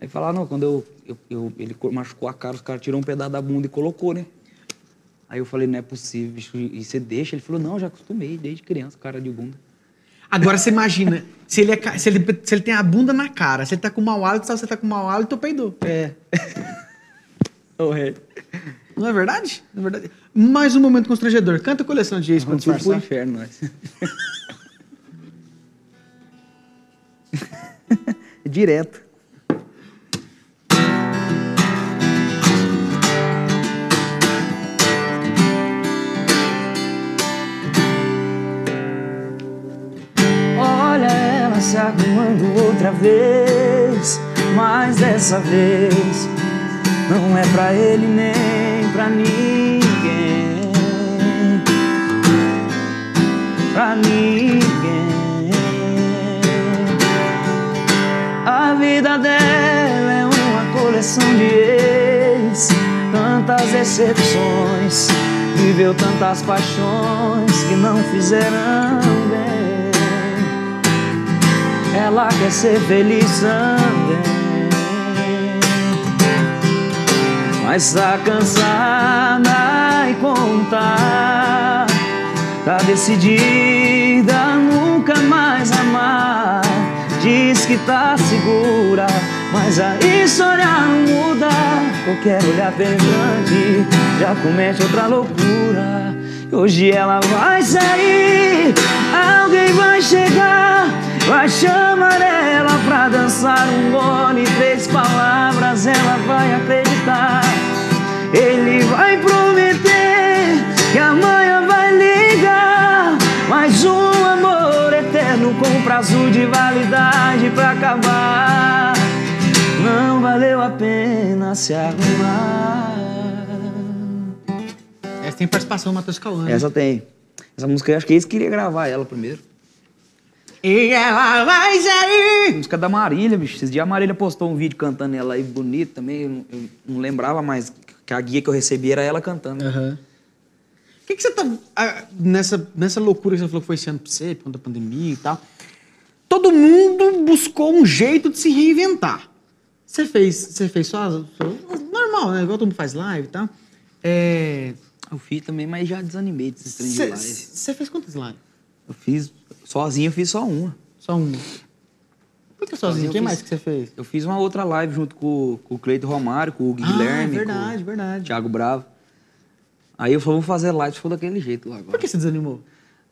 Speaker 2: Aí falava, não, quando eu, eu- eu- ele co- machucou a cara, os caras tirou um pedaço da bunda e colocou, né? Aí eu falei, não é possível, bicho, e você deixa? Ele falou, não, já acostumei desde criança, cara de bunda.
Speaker 1: Agora você imagina, se ele, é ca- se, ele, se ele tem a bunda na cara, se ele tá com mau hálito, sabe se ele tá com mau hálito, eu peidou.
Speaker 2: É. Correto.
Speaker 1: Não é verdade? Não é verdade. Mais um momento constrangedor. Canta a coleção de ex pra
Speaker 2: Vamos tudo pro
Speaker 1: disfarçar.
Speaker 2: inferno, nós. Direto.
Speaker 4: Olha ela se arrumando outra vez, mas dessa vez não é pra ele nem pra ninguém. Pra ninguém. A vida dela é uma coleção de ex, tantas decepções, viveu tantas paixões que não fizeram bem. Ela quer ser feliz também Mas tá cansada e contar Tá decidida a nunca mais amar Diz que tá segura Mas a história não muda Qualquer olhar pendurante Já comete outra loucura E Hoje ela vai sair Alguém vai chegar Vai chamar ela pra dançar um gole Três palavras ela vai acreditar Ele vai prometer Que amanhã vai ligar Mais um amor eterno Com prazo de validade pra acabar Não valeu a pena se arrumar
Speaker 1: Essa tem participação do Matheus Cauã. né?
Speaker 2: Essa tem. Essa música, eu acho que eles queriam gravar ela primeiro.
Speaker 1: E ela vai sair.
Speaker 2: Música é da Marília, bicho. Esses dias a Marília postou um vídeo cantando ela aí bonito também. Eu não, eu não lembrava mais que a guia que eu recebi era ela cantando.
Speaker 1: Aham. O que, que você tá. ah, nessa, nessa loucura que você falou que foi esse ano pra você, por conta da pandemia e tal. Todo mundo buscou um jeito de se reinventar. Você fez, você fez só, só- normal, né? Igual todo mundo faz live e tal. É,
Speaker 2: Eu fiz também, mas já desanimei desses trem de
Speaker 1: Você
Speaker 2: live.
Speaker 1: você fez quantas lives?
Speaker 2: Eu fiz, sozinho eu fiz só uma.
Speaker 1: Só uma. Por que sozinho?
Speaker 2: eu
Speaker 1: Quem
Speaker 2: fiz-
Speaker 1: mais que você fez?
Speaker 2: Eu fiz uma outra live junto com, com o Cleito Romário, com o
Speaker 1: Ah,
Speaker 2: Guilherme,
Speaker 1: verdade,
Speaker 2: com o
Speaker 1: verdade.
Speaker 2: Thiago Bravo. Aí eu falei, vou fazer live, se for daquele jeito lá agora.
Speaker 1: Por que você desanimou?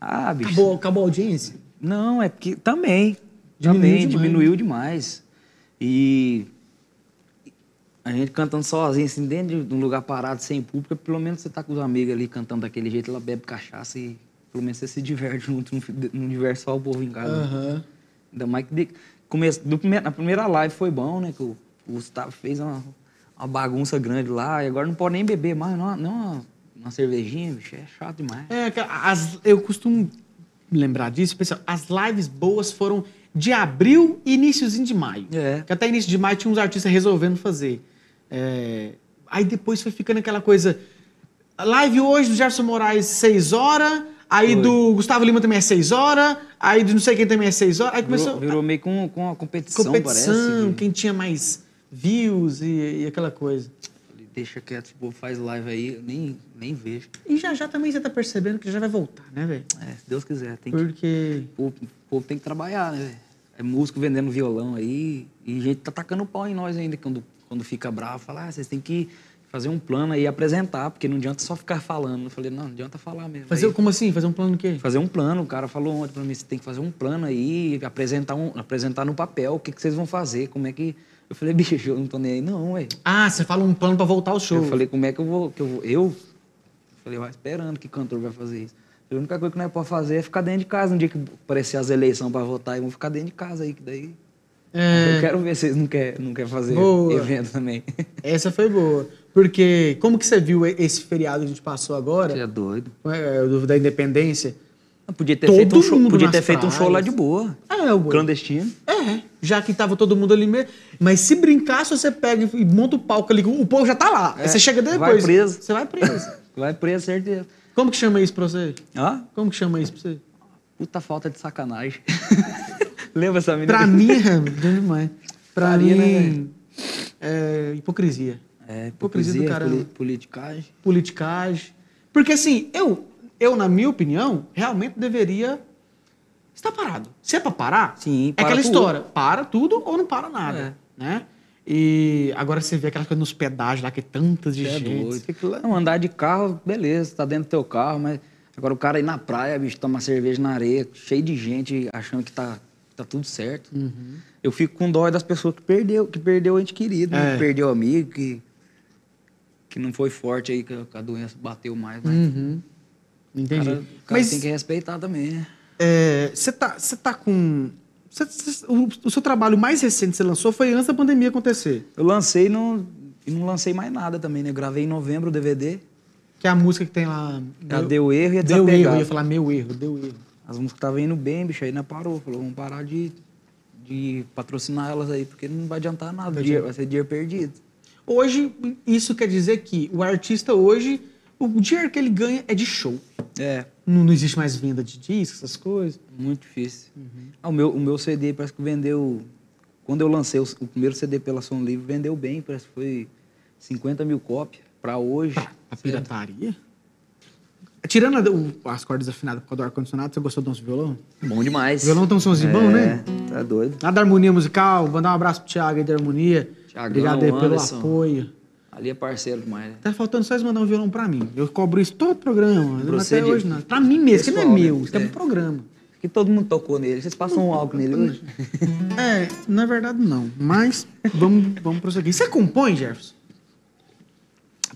Speaker 2: Ah, bicho.
Speaker 1: Acabou, acabou a audiência?
Speaker 2: Não, é porque também.
Speaker 1: Diminuiu
Speaker 2: também,
Speaker 1: demais.
Speaker 2: diminuiu demais. E a gente cantando sozinho, assim, dentro de um lugar parado, sem público, pelo menos você tá com os amigos ali cantando daquele jeito, ela bebe cachaça e pelo menos você se diverte junto, não, fi- não diverte só o povo em casa.
Speaker 1: Aham.
Speaker 2: Ainda mais que de, começo, do primeiro- na primeira live foi bom, né? Que o, o Gustavo fez uma, uma bagunça grande lá, e agora não pode nem beber mais, não, não é uma, uma cervejinha, bicho, é chato demais.
Speaker 1: É, aquela- as- eu costumo me lembrar disso, pessoal. As lives boas foram de abril e iníciozinho de maio.
Speaker 2: É.
Speaker 1: Que até início de maio tinha uns artistas resolvendo fazer. É, aí depois foi ficando aquela coisa. Live hoje do Gerson Moraes, 6 horas. Aí
Speaker 2: Foi.
Speaker 1: do Gustavo Lima também é 6 horas. Aí do não sei quem também é 6 horas. Aí
Speaker 2: Virou,
Speaker 1: começou
Speaker 2: virou meio um, com, com uma competição,
Speaker 1: competição,
Speaker 2: parece. de-
Speaker 1: quem tinha mais views e, e aquela coisa.
Speaker 2: Falei, Deixa quieto, esse povo faz live aí, eu nem, nem vejo.
Speaker 1: E já já também você tá percebendo que já vai voltar, né, velho?
Speaker 2: É, se Deus quiser, tem que,
Speaker 1: Porque.
Speaker 2: o, povo, o povo tem que trabalhar, né, velho? É músico vendendo violão aí, e gente tá tacando pau em nós ainda, quando, quando fica bravo, fala, ah, vocês têm que fazer um plano aí, apresentar, porque não adianta só ficar falando. Eu falei, não, não adianta falar mesmo.
Speaker 1: Fazer,
Speaker 2: Aí,
Speaker 1: como assim? Fazer um plano do quê?
Speaker 2: fazer um plano, o cara falou ontem pra mim, você tem que fazer um plano aí, apresentar, um, apresentar no papel, o que, que vocês vão fazer, como é que... Eu falei, bicho, eu não tô nem aí não, ué.
Speaker 1: Ah, você fala um plano pra voltar ao show.
Speaker 2: Eu falei, como é que eu vou. Que eu, vou? eu? falei, vai esperando que cantor vai fazer isso. Eu falei, a única coisa que nós podemos fazer é ficar dentro de casa. Um dia que aparecer as eleições pra votar, e vão ficar dentro de casa aí, que daí.
Speaker 1: É,
Speaker 2: Eu quero ver se vocês não querem não quer fazer
Speaker 1: Boa.
Speaker 2: evento também.
Speaker 1: Essa foi boa. Porque como que você viu e- esse feriado que a gente passou
Speaker 2: Você
Speaker 1: agora,
Speaker 2: é doido.
Speaker 1: é, do- da independência?
Speaker 2: Eu podia ter
Speaker 1: Todo
Speaker 2: feito um show,
Speaker 1: mundo
Speaker 2: podia
Speaker 1: nas
Speaker 2: ter feito um show lá
Speaker 1: praias.
Speaker 2: de Ah, boa.
Speaker 1: É, o
Speaker 2: Clandestino.
Speaker 1: É, já que tava todo mundo ali mesmo. Mas se brincar, se você pega e monta o palco ali, o povo já tá lá. Aí
Speaker 2: É,
Speaker 1: você chega depois.
Speaker 2: vai preso.
Speaker 1: Você vai preso.
Speaker 2: Vai é preso, certeza.
Speaker 1: como que chama isso pra você?
Speaker 2: Ó,
Speaker 1: Como que chama isso pra você?
Speaker 2: puta falta de sacanagem. Lembra essa menina?
Speaker 1: Pra mim, é demais. Pra
Speaker 2: Faria, né,
Speaker 1: mim, é hipocrisia.
Speaker 2: É,
Speaker 1: Hipocrisia do
Speaker 2: hipocrisia,
Speaker 1: caramba.
Speaker 2: poli- politicagem.
Speaker 1: politicagem. Porque assim, eu, eu na minha opinião, realmente deveria estar parado. Se é pra parar,
Speaker 2: Sim,
Speaker 1: é
Speaker 2: para
Speaker 1: aquela
Speaker 2: tudo. É.
Speaker 1: história, para tudo ou não para nada, né? E agora você vê aquela coisa nos pedágios lá, que é tantas de
Speaker 2: Cê é
Speaker 1: gente.
Speaker 2: doido. Fica lá- Não, andar de carro, beleza, tá dentro do teu carro, mas agora o cara ir na praia, bicho, tomar cerveja na areia, cheio de gente achando que tá, tá tudo certo.
Speaker 1: Uhum.
Speaker 2: Eu fico com dó das pessoas que perdeu, que perdeu o ente querido, né?
Speaker 1: É.
Speaker 2: que perdeu o amigo, que, que não foi forte aí, que a, que a doença bateu mais. Mas
Speaker 1: Uhum.
Speaker 2: o
Speaker 1: Entendi.
Speaker 2: cara, o cara
Speaker 1: Mas
Speaker 2: tem que respeitar também, né?
Speaker 1: é, você tá, você tá com... você- você- o, o seu trabalho mais recente que você lançou foi antes da pandemia acontecer,
Speaker 2: Eu lancei e não, e não lancei mais nada também, né? Eu gravei em novembro o DVD,
Speaker 1: que é a música que tem lá...
Speaker 2: já deu erro e é
Speaker 1: deu erro,
Speaker 2: desapegado.
Speaker 1: eu ia falar meu erro, deu erro.
Speaker 2: As músicas estavam indo bem, bicho, aí nós parou. Falou, vamos parar de, de patrocinar elas aí, porque não vai adiantar nada. dinheiro- vai ser dinheiro perdido.
Speaker 1: Hoje, isso quer dizer que o artista hoje, o dinheiro que ele ganha é de show.
Speaker 2: É,
Speaker 1: Não, não existe mais venda de discos, essas coisas. Uhum.
Speaker 2: muito difícil. Ah, o, meu, o meu CD parece que vendeu. Quando eu lancei o, o primeiro CD pela Som Livre, vendeu bem, parece que foi 50 mil cópias pra hoje.
Speaker 1: A pirataria? Tirando a- o- as cordas afinadas por causa do ar-condicionado, você gostou do nosso violão?
Speaker 2: Bom demais.
Speaker 1: Violão tem um somzinho bom, né?
Speaker 2: É, Tá doido.
Speaker 1: Lá da Harmonia Musical, mandar um abraço pro Thiago aí da Harmonia.
Speaker 2: Thiagão,
Speaker 1: Obrigado aí pelo
Speaker 2: Anderson.
Speaker 1: apoio.
Speaker 2: Ali é parceiro demais, né?
Speaker 1: Tá faltando só eles mandar um violão pra mim. Eu cobro isso todo programa.
Speaker 2: Pra
Speaker 1: não
Speaker 2: você é
Speaker 1: até
Speaker 2: de-
Speaker 1: hoje, não. Pra mim mesmo, que não é
Speaker 2: pessoal, né?
Speaker 1: meu, isso é
Speaker 2: É.
Speaker 1: pro programa.
Speaker 2: Que todo mundo tocou nele. Vocês passam um álcool nele hoje?
Speaker 1: É, na verdade não, mas vamos, vamos prosseguir. Você compõe, Jefferson?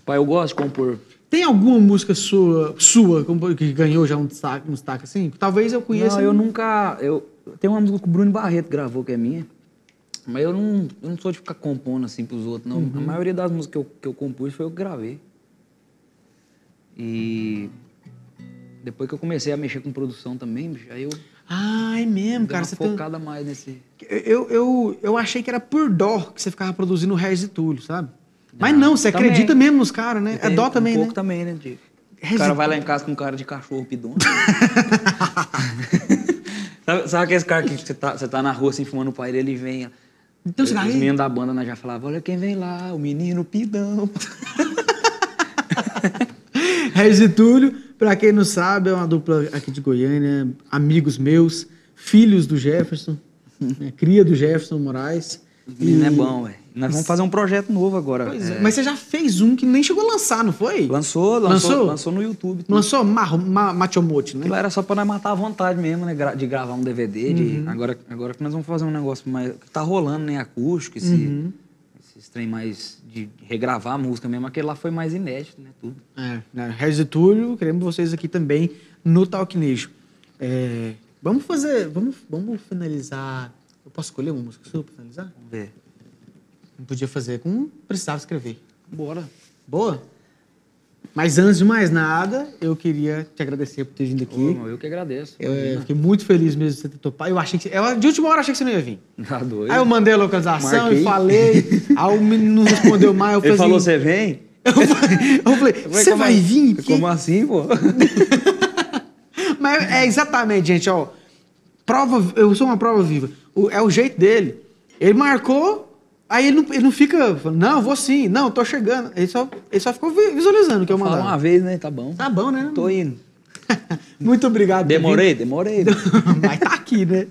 Speaker 2: Pai, eu gosto de compor.
Speaker 1: Tem alguma música sua, sua como- que ganhou já um destaque, um destaque assim? Talvez eu conheça.
Speaker 2: Não, eu nunca. Eu, tem uma música que o Bruno Barreto gravou que é minha. Mas eu não, eu não sou de ficar compondo assim pros outros, não.
Speaker 1: Uhum.
Speaker 2: A maioria das músicas que eu, que eu compus foi eu que gravei. E. Depois que eu comecei a mexer com produção também, bicho, aí eu
Speaker 1: Ah, é mesmo,
Speaker 2: dei
Speaker 1: cara.
Speaker 2: uma
Speaker 1: Você tem...
Speaker 2: focada mais nesse.
Speaker 1: eu, eu, eu achei que era por dó que você ficava produzindo o Regis e Túlio, sabe? Mas não, você
Speaker 2: também.
Speaker 1: acredita mesmo nos caras, né? É
Speaker 2: Tem
Speaker 1: dó
Speaker 2: um
Speaker 1: também,
Speaker 2: pouco
Speaker 1: né? É
Speaker 2: também, né? de- O
Speaker 1: Resi-
Speaker 2: um cara vai lá em casa com cara de cachorro pidão. Sabe, sabe aqueles caras que você tá, você tá na rua assim fumando palha, ele vem.
Speaker 1: Então, você tá
Speaker 2: Os
Speaker 1: aí?
Speaker 2: meninos da banda nós já falavam, olha quem vem lá, o menino pidão.
Speaker 1: Regis e Túlio, pra quem não sabe, é uma dupla aqui de Goiânia, amigos meus, filhos do Jefferson, né, cria do Jefferson Moraes.
Speaker 2: O menino é bom, velho. Nós vamos fazer um projeto novo agora.
Speaker 1: Pois é,
Speaker 2: é.
Speaker 1: Mas você já fez um que nem chegou a lançar, não foi?
Speaker 2: Lançou, lançou,
Speaker 1: Lançou?
Speaker 2: lançou, no YouTube. tudo.
Speaker 1: Lançou Mar Ma Machomote, né?
Speaker 2: Aquilo era só pra nós matar a vontade mesmo, né? gra- De gravar um DVD.
Speaker 1: Uhum.
Speaker 2: De... Agora, agora que nós vamos fazer um negócio mais. que Tá rolando, né? Acústico, esse,
Speaker 1: Uhum.
Speaker 2: esse trem mais. de regravar a música mesmo. Aquele lá foi mais inédito, né? Tudo.
Speaker 1: É, né, Regis e Túlio, queremos vocês aqui também no Talk Nation. É, vamos fazer, vamos, vamos finalizar. Eu posso escolher uma música sua pra finalizar?
Speaker 2: Vamos ver.
Speaker 1: Não podia fazer com. Precisava escrever.
Speaker 2: Bora.
Speaker 1: Boa? Mas antes de mais nada, eu queria te agradecer por ter vindo
Speaker 2: Ô,
Speaker 1: aqui.
Speaker 2: irmão, eu que agradeço.
Speaker 1: Eu eh, fiquei muito feliz mesmo de você ter topado. Eu achei que. Eu, de última hora eu achei que você não ia vir.
Speaker 2: Tá doido.
Speaker 1: Aí eu mandei a localização
Speaker 2: Marquei.
Speaker 1: e falei. aí o menino não respondeu mais. Eu falei
Speaker 2: Ele assim, falou,
Speaker 1: assim,
Speaker 2: você vem?
Speaker 1: Eu falei,
Speaker 2: Eu falei,
Speaker 1: você
Speaker 2: "Como
Speaker 1: vai
Speaker 2: a-
Speaker 1: vir? Que-
Speaker 2: Como assim, pô?
Speaker 1: Mas é exatamente, gente, ó. Prova, eu sou uma prova viva. O- é o jeito dele. Ele marcou, aí ele não, ele não fica, falando, não, vou sim, não, tô chegando. Ele só, ele só ficou vi- visualizando o que eu
Speaker 2: Fala
Speaker 1: mandava.
Speaker 2: uma vez, né? Tá bom.
Speaker 1: Tá bom, né?
Speaker 2: Tô indo.
Speaker 1: Muito obrigado. por ter
Speaker 2: Demorei, demorei.
Speaker 1: vindo. Mas tá aqui, né?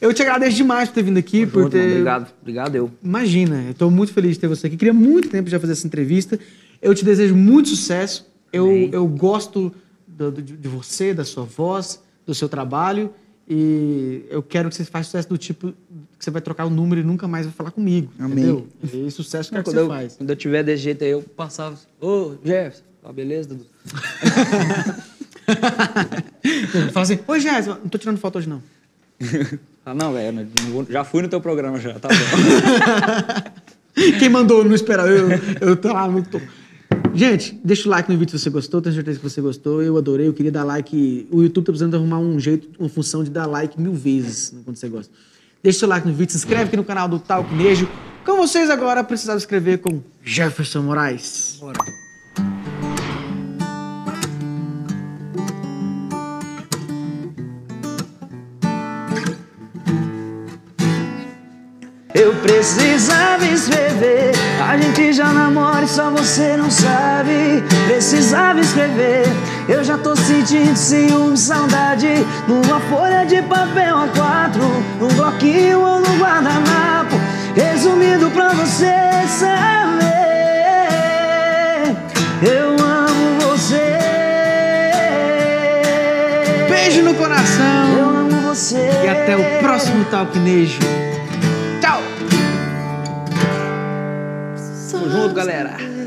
Speaker 1: Eu te agradeço demais por ter vindo aqui, por
Speaker 2: Junto,
Speaker 1: ter.
Speaker 2: mano, Obrigado, obrigado eu.
Speaker 1: Imagina, eu tô muito feliz de ter você aqui. Queria muito tempo já fazer essa entrevista. Eu te desejo muito sucesso. Eu,
Speaker 2: Amém.
Speaker 1: eu gosto do- do- de você, da sua voz, do seu trabalho. E eu quero que você faça sucesso do tipo que você vai trocar o número e nunca mais vai falar comigo.
Speaker 2: Amém.
Speaker 1: Entendeu? E sucesso que é o que
Speaker 2: quando,
Speaker 1: você
Speaker 2: eu,
Speaker 1: faz.
Speaker 2: quando eu tiver desse jeito aí, eu passava. Ô, Jefferson, tá beleza, Dudu?
Speaker 1: Fala assim, oi, Jéssica, não tô tirando foto hoje, não.
Speaker 2: Ah, não, velho, não vou- já fui no teu programa já, tá bom.
Speaker 1: Quem mandou não esperar, eu, eu tô lá, não tô. Gente, deixa o like no vídeo se você gostou, tenho certeza que você gostou. Eu adorei, eu queria dar like. O YouTube tá precisando arrumar um jeito, uma função de dar like mil vezes né, quando você gosta. Deixa seu like no vídeo, se inscreve aqui no canal do Talk Nejo. Com vocês agora, precisava escrever com Jefferson Moraes.
Speaker 4: Eu precisava escrever. A gente já namora e só você não sabe. Precisava escrever. Eu já tô sentindo ciúme, saudade. Numa folha de papel A4, num bloquinho ou num guardanapo. Resumindo pra você saber. Eu amo você.
Speaker 1: Beijo no coração
Speaker 4: Eu amo você.
Speaker 1: e até o próximo Talk Nejo.
Speaker 2: Tamo junto, galera.